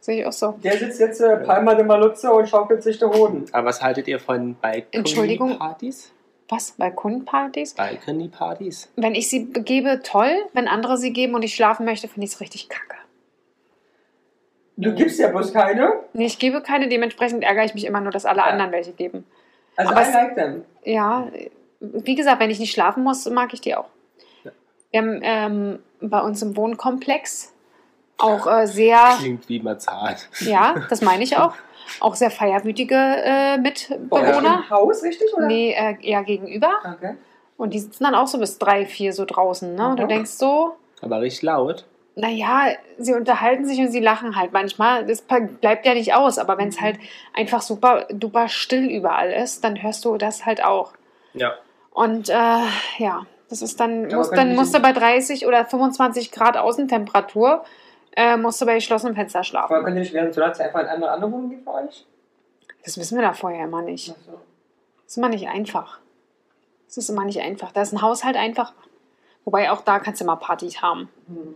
Speaker 2: Sehe ich auch so.
Speaker 1: Der sitzt jetzt äh, Palma de Malutze und schaukelt sich der Hoden.
Speaker 3: Aber was haltet ihr von
Speaker 2: Entschuldigung.
Speaker 3: Balcony-Partys?
Speaker 2: Was? Balkonpartys?
Speaker 3: Balcony-Partys?
Speaker 2: Wenn ich sie gebe, toll. Wenn andere sie geben und ich schlafen möchte, finde ich es richtig kacke.
Speaker 1: Du gibst ja bloß keine.
Speaker 2: Nee, ich gebe keine, dementsprechend ärgere ich mich immer nur, dass alle
Speaker 1: Ja.
Speaker 2: anderen welche geben.
Speaker 1: Also
Speaker 2: Aber
Speaker 1: I
Speaker 2: es-
Speaker 1: like them.
Speaker 2: Ja, wie gesagt, wenn ich nicht schlafen muss, mag ich die auch. Wir haben ähm, bei uns im Wohnkomplex auch äh, sehr,
Speaker 3: Klingt wie Mazar.
Speaker 2: ja, das meine ich auch, auch sehr feierwütige äh, Mitbewohner.
Speaker 1: im Haus, richtig? Oder?
Speaker 2: Nee, äh, eher gegenüber.
Speaker 1: Okay.
Speaker 2: Und die sitzen dann auch so bis drei, vier so draußen. Ne? Und du
Speaker 1: Mhm.
Speaker 2: denkst so,
Speaker 3: Aber richtig laut.
Speaker 2: naja, sie unterhalten sich und sie lachen halt manchmal. Das pa- bleibt ja nicht aus, aber wenn
Speaker 1: Mhm.
Speaker 2: es halt einfach super duper still überall ist, dann hörst du das halt auch.
Speaker 3: Ja.
Speaker 2: Und äh, ja, das ist dann,
Speaker 1: Ja,
Speaker 2: musst,
Speaker 1: aber
Speaker 2: dann
Speaker 1: kann
Speaker 2: musst du bei 30 oder 25 Grad Außentemperatur, äh, musst du bei geschlossenem Fenster
Speaker 1: Aber
Speaker 2: schlafen.
Speaker 1: könnt ihr nicht während Sonat einfach in andere andere Wohnung gehen für euch?
Speaker 2: Das wissen wir da vorher immer nicht.
Speaker 1: Also,
Speaker 2: Das ist immer nicht einfach. Das ist immer nicht einfach. Da ist ein Haushalt einfach. Wobei auch da kannst du mal Partys haben.
Speaker 1: hm.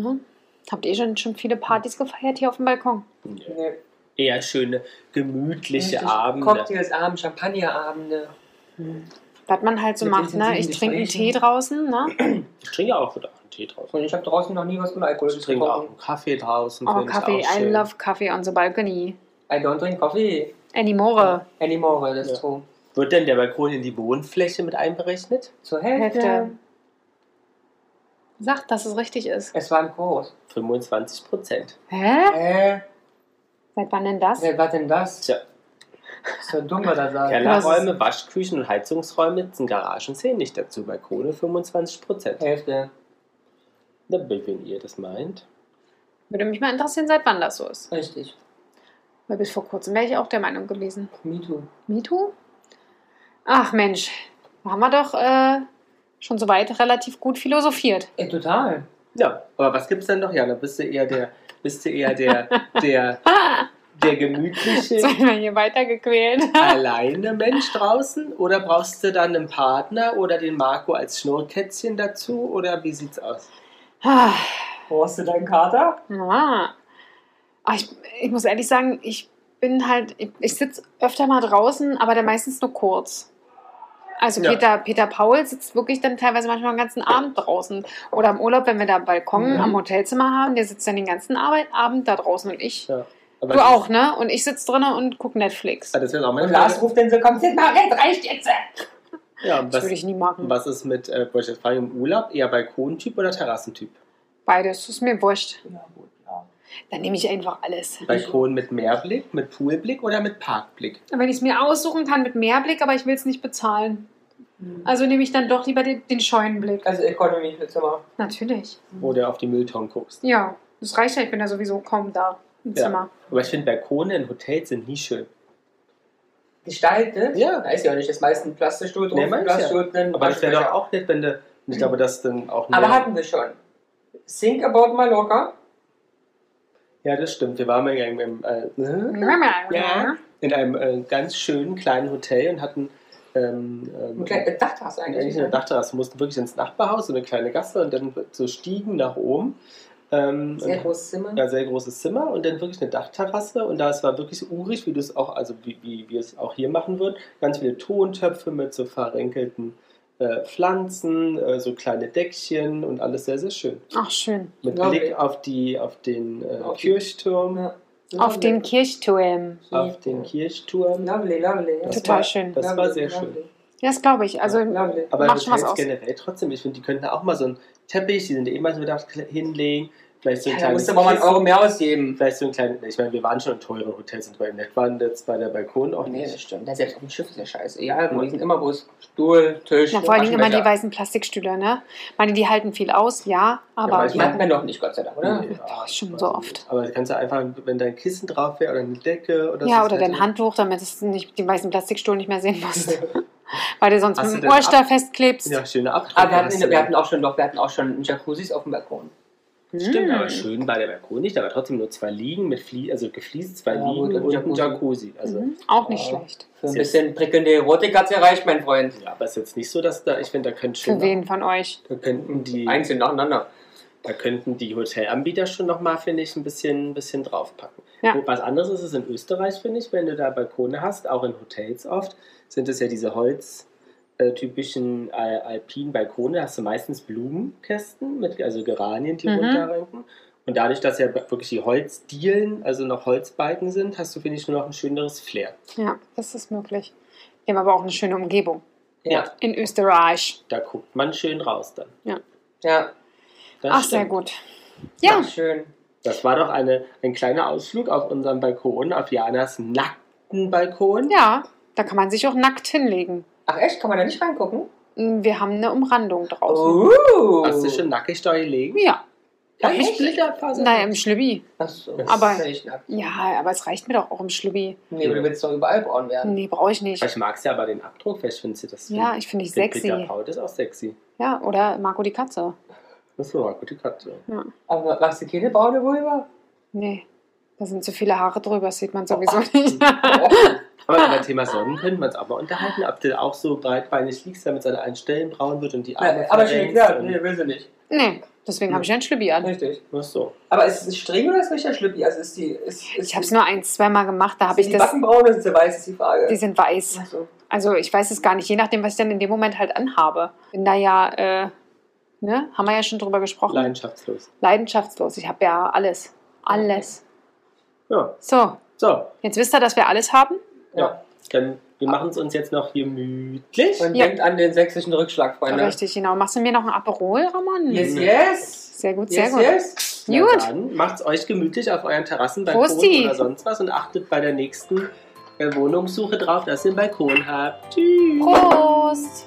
Speaker 2: Ne? Habt ihr schon, schon viele Partys gefeiert hier auf dem Balkon?
Speaker 1: nee.
Speaker 3: Eher schöne, gemütliche
Speaker 1: Richtig.
Speaker 3: Abende.
Speaker 1: Cocktailsabend, Champagnerabende.
Speaker 2: Was man halt so
Speaker 1: Mit
Speaker 2: macht, ne?
Speaker 1: intensiven
Speaker 2: Ich trinke einen
Speaker 1: Gesprächen.
Speaker 2: Tee draußen, ne?
Speaker 3: Ich trinke auch wieder einen Tee drauf.
Speaker 1: Und ich habe draußen noch nie was
Speaker 3: Ich
Speaker 1: Unalkoholisches
Speaker 3: trinke auch
Speaker 1: getrunken.
Speaker 3: einen Kaffee draußen.
Speaker 2: Oh,
Speaker 3: finde ich
Speaker 2: Kaffee.
Speaker 3: auch
Speaker 2: I
Speaker 3: schön.
Speaker 2: love Kaffee on the balcony.
Speaker 1: I don't drink coffee
Speaker 2: Anymore.
Speaker 1: anymore, das
Speaker 3: Ja.
Speaker 1: ist true.
Speaker 3: Wird denn der Balkon in die Wohnfläche mit einberechnet?
Speaker 1: Zur Hälfte.
Speaker 2: Hälfte. Sagt, dass es richtig ist.
Speaker 1: Es war ein Kurs.
Speaker 3: 25 Prozent.
Speaker 2: Hä?
Speaker 1: Hä?
Speaker 2: Seit wann denn das?
Speaker 1: Wer war denn das?
Speaker 3: Tja,
Speaker 1: Ist ja dumm, was er sagt.
Speaker 3: Kellerräume, Waschküchen und Heizungsräume sind Garagen zählen nicht dazu. Balkone 25 Prozent.
Speaker 1: Hälfte.
Speaker 3: Wenn ihr das meint.
Speaker 2: Würde mich mal interessieren, seit wann das so ist.
Speaker 1: Richtig.
Speaker 2: Weil bis vor kurzem wäre ich auch der Meinung gewesen.
Speaker 1: Me too.
Speaker 2: MeToo? Ach Mensch, da haben wir doch äh, schon soweit relativ gut philosophiert.
Speaker 1: Ey, total.
Speaker 3: Ja, aber was gibt's denn noch? Ja, da bist du eher der, bist du eher der, der, der gemütliche,
Speaker 2: Jetzt werden wir hier weitergequält.
Speaker 3: alleine Mensch draußen? Oder brauchst du dann einen Partner oder den Marco als Schnurrkätzchen dazu? Oder wie sieht's aus?
Speaker 2: Ah,
Speaker 1: Brauchst du deinen Kater?
Speaker 2: ah. Ach, ich, ich muss ehrlich sagen, ich bin halt, ich, ich sitze öfter mal draußen, aber dann meistens nur kurz. Also
Speaker 3: Ja.
Speaker 2: Peter, Peter Paul sitzt wirklich dann teilweise manchmal den ganzen Abend draußen. Oder im Urlaub, wenn wir da einen Balkon
Speaker 1: Mhm.
Speaker 2: am Hotelzimmer haben, der sitzt dann den ganzen Arbeit, Abend da draußen und ich.
Speaker 3: Aber
Speaker 2: Du auch, ne? Und ich sitze drinnen und gucke Netflix.
Speaker 3: Ah, das wäre auch meine
Speaker 1: Und Lars
Speaker 3: Frage.
Speaker 1: ruft dann so, komm, sit mal rein, reicht jetzt.
Speaker 3: Ja,
Speaker 2: Das
Speaker 3: was,
Speaker 2: würde ich nie machen.
Speaker 3: was ist mit, äh, wollte ich jetzt fragen, im Urlaub eher Balkontyp oder Terrassentyp?
Speaker 2: Beides, ist mir wurscht.
Speaker 1: Ja, gut, ja.
Speaker 2: Dann nehme ich einfach alles.
Speaker 3: Balkon mit Meerblick, mit Poolblick oder mit Parkblick?
Speaker 2: Wenn ich es mir aussuchen kann mit Mehrblick, aber ich will es nicht bezahlen.
Speaker 3: Hm.
Speaker 2: Also nehme ich dann doch lieber den, den scheuen Blick.
Speaker 1: Also Economy für Zimmer.
Speaker 2: Natürlich.
Speaker 3: Wo du auf die Mülltonnen guckst.
Speaker 2: Ja, das reicht ja. Ich bin ja sowieso kaum da im
Speaker 3: Ja.
Speaker 2: Zimmer.
Speaker 3: Aber ich finde, Balkone in Hotels sind nie schön.
Speaker 1: Gestaltet?
Speaker 3: Ja.
Speaker 1: Da ist ja auch nicht das meiste ein Plastikstuhl drauf,
Speaker 3: Nee,
Speaker 1: ein
Speaker 3: meinst
Speaker 1: Plastikstuhl drin,
Speaker 3: Aber das wäre doch
Speaker 1: Waschbecher.
Speaker 3: auch nett, wenn du. Ich glaube, das dann auch
Speaker 1: Aber
Speaker 3: mehr-
Speaker 1: hatten wir schon. Think about Mallorca.
Speaker 3: Ja, das stimmt. Wir waren mal in einem, äh, Ja. in einem äh, ganz schönen kleinen Hotel und hatten. Ähm, ähm,
Speaker 1: Ein kleines Dach hast du
Speaker 3: eigentlich
Speaker 1: eigentlich.
Speaker 3: eine Dachterrasse. Wir mussten wirklich ins Nachbarhaus, so eine kleine Gasse und dann so Stiegen nach oben. Ähm,
Speaker 1: Sehr ne?
Speaker 3: und-
Speaker 1: großes Zimmer.
Speaker 3: Ja, sehr großes Zimmer und dann wirklich eine Dachterrasse und da es war wirklich urig, wie du es auch, also wie, wie wir es auch hier machen würden, ganz viele Tontöpfe mit so verrenkelten äh, Pflanzen, äh, so kleine Deckchen und alles sehr, sehr schön.
Speaker 2: Ach, schön.
Speaker 3: Mit
Speaker 1: Ja,
Speaker 3: Blick
Speaker 1: okay.
Speaker 3: auf die, auf den äh,
Speaker 1: Auf die-
Speaker 3: Kirchturm,
Speaker 1: Ja.
Speaker 2: Auf den Kirchturm.
Speaker 3: auf den Kirchturm.
Speaker 1: Lovely, lovely.
Speaker 3: Das
Speaker 2: Total
Speaker 3: war-
Speaker 2: schön.
Speaker 3: das war sehr
Speaker 1: lovely.
Speaker 2: Ja, das glaube ich. Also,
Speaker 1: Lovely.
Speaker 3: Aber
Speaker 2: Macht schon was
Speaker 3: Hotels
Speaker 2: aus.
Speaker 3: generell trotzdem, ich finde, die könnten auch mal so einen Teppich, die sind eh mal so gedacht, hinlegen, Vielleicht so ein
Speaker 1: Ja, da
Speaker 3: kleines
Speaker 1: musst du aber mal einen
Speaker 3: Kissen.
Speaker 1: Euro mehr ausgeben.
Speaker 3: Vielleicht so ein kleines, ich meine, wir waren schon in teuren Hotels und beim Nett waren jetzt bei der Balkon auch
Speaker 1: Oh, Nee,
Speaker 3: nicht.
Speaker 1: das stimmt. Ja, selbst auf dem Schiff ist ja scheiße. Egal, wo die sind immer groß. Stuhl, Tisch,
Speaker 2: Na, vor allen Dingen immer die
Speaker 1: Aschenbecher.
Speaker 2: weißen Plastikstühle, ne? Ich meine, die halten viel aus, ja, aber.
Speaker 3: aber
Speaker 1: Die hatten wir noch nicht, Gott sei Dank, oder?
Speaker 3: Nee,
Speaker 2: Ach,
Speaker 3: ja,
Speaker 2: schon
Speaker 3: weiß
Speaker 2: so
Speaker 3: ich
Speaker 2: oft.
Speaker 3: nicht. Aber kannst du einfach, wenn dein Kissen drauf wäre oder eine Decke oder
Speaker 2: ja,
Speaker 3: so.
Speaker 2: oder
Speaker 3: das
Speaker 2: dein
Speaker 3: hätte-
Speaker 2: Handtuch, damit es nicht die weißen Plastikstuhl nicht mehr sehen musst. Weil du sonst
Speaker 3: Hast
Speaker 2: mit
Speaker 3: du
Speaker 2: dem
Speaker 3: denn
Speaker 2: Ohrstahl festklebst.
Speaker 3: Ja, schöne Abdrücke.
Speaker 1: Aber Ah, wir hatten,
Speaker 3: hast
Speaker 1: in,
Speaker 3: du
Speaker 1: wir
Speaker 3: dann.
Speaker 1: hatten auch schon, doch, wir hatten auch schon Jacuzzis auf dem Balkon.
Speaker 2: Hm.
Speaker 3: Stimmt, aber schön war der Balkon nicht, aber trotzdem nur zwei Liegen mit Flie also gefliest, zwei
Speaker 1: Ja, gut, und
Speaker 3: Liegen und ein
Speaker 1: Jacuzzi.
Speaker 3: Jacuzzi. Also,
Speaker 2: Mhm. Auch nicht
Speaker 1: Ja.
Speaker 2: schlecht.
Speaker 1: Für ein
Speaker 3: Sehr
Speaker 1: bisschen prickelnde Erotik hat's erreicht, mein Freund.
Speaker 3: ja, aber es ist jetzt nicht so, dass da, ich finde, da könnten
Speaker 2: Für
Speaker 3: schon,
Speaker 2: wen von euch?
Speaker 3: da könnten die,
Speaker 1: Einzeln nacheinander.
Speaker 3: da könnten die Hotelanbieter schon nochmal, finde ich, ein bisschen, ein bisschen draufpacken.
Speaker 2: Ja.
Speaker 3: Wo- Was anderes ist es in Österreich, finde ich, wenn du da Balkone hast, auch in Hotels oft, sind es ja diese Holz, äh, typischen äh, alpinen Balkone, hast du meistens Blumenkästen, mit, also Geranien, die
Speaker 2: Mhm.
Speaker 3: runterrenken. Und dadurch, dass ja wirklich die Holzdielen, also noch Holzbalken sind, hast du, finde ich, nur noch ein schöneres Flair.
Speaker 2: Ja, das ist möglich. Die haben aber auch eine schöne Umgebung.
Speaker 1: Ja.
Speaker 2: In Österreich.
Speaker 3: Da guckt man schön raus dann.
Speaker 1: Ja,
Speaker 3: Das
Speaker 2: Ach,
Speaker 3: stimmt.
Speaker 2: sehr gut. Ja,
Speaker 1: schön.
Speaker 3: Das war doch eine, ein kleiner Ausflug auf unserem Balkon, auf Janas nackten Balkon.
Speaker 2: ja, da kann man sich auch nackt hinlegen.
Speaker 1: Ach echt, kann man da nicht reingucken?
Speaker 2: Wir haben eine Umrandung draußen.
Speaker 1: Oh.
Speaker 3: Hast du schon nackig da gelegen?
Speaker 2: Ja,
Speaker 1: Ja,
Speaker 3: ich
Speaker 1: echt?
Speaker 3: Blitterfaser.
Speaker 2: naja, im Schlübbi.
Speaker 1: Ach so, das
Speaker 2: Aber-
Speaker 1: ist ja nicht nackt.
Speaker 2: Ja, aber es reicht mir doch auch im Schlübbi.
Speaker 1: Nee, aber du willst doch überall braun werden.
Speaker 2: Nee, brauche ich nicht.
Speaker 3: Ich mag's ja aber den Abdruck, vielleicht findest du das
Speaker 2: Ja, ich finde ich
Speaker 3: den Peter
Speaker 2: sexy.
Speaker 3: Paul ist auch sexy.
Speaker 2: Ja, oder Marco die Katze.
Speaker 3: Das war eine gute Katze.
Speaker 1: Aber machst du keine braune Vulva?
Speaker 2: Nee, da sind zu viele Haare drüber, das sieht man sowieso nicht.
Speaker 3: Aber über das Thema Sonnen können wir uns auch mal unterhalten, ob du auch so breitbeinig liegst, damit es an allen Stellen braun wird und die Arme
Speaker 1: Aber schon
Speaker 3: verrenkst
Speaker 1: geklärt,
Speaker 3: und-
Speaker 1: nee, will sie nicht.
Speaker 2: nee, deswegen habe ich einen Schlübbi an.
Speaker 1: Richtig.
Speaker 3: Ach so.
Speaker 1: Aber ist es streng oder ist es richtig schlüppi? Also ist die. Ist, ist
Speaker 2: Ich habe es nur ein, zweimal gemacht, da habe
Speaker 1: Sind
Speaker 2: ich
Speaker 1: die
Speaker 2: das.
Speaker 1: Backen braun oder sind sie weiß, ist die Frage.
Speaker 2: Die sind weiß.
Speaker 1: Ach so.
Speaker 2: Also ich weiß es gar nicht, je nachdem, was ich dann in dem Moment halt anhabe. Bin da ja, äh, ne, haben wir ja schon drüber gesprochen.
Speaker 3: Leidenschaftslos.
Speaker 2: Leidenschaftslos. Ich habe ja alles. Alles.
Speaker 3: Ja.
Speaker 2: So,
Speaker 3: So,
Speaker 2: jetzt wisst ihr, dass wir alles haben?
Speaker 1: Ja.
Speaker 3: dann wir
Speaker 2: Ah.
Speaker 3: machen es uns jetzt noch gemütlich.
Speaker 1: Man
Speaker 2: Ja.
Speaker 1: denkt an den sächsischen Rückschlag, Freunde.
Speaker 2: Richtig, genau. Machst du mir noch ein Aperol, Ramon?
Speaker 1: Yes, yes.
Speaker 2: Sehr gut, Hm. sehr
Speaker 1: Yes,
Speaker 2: gut.
Speaker 1: yes.
Speaker 3: Na
Speaker 2: Gut.
Speaker 3: Dann macht's euch gemütlich auf euren Terrassen, Balkon
Speaker 2: Prosti.
Speaker 3: oder sonst was und achtet bei der nächsten äh, Wohnungssuche drauf, dass ihr einen Balkon habt. Tschüss.
Speaker 2: Prost!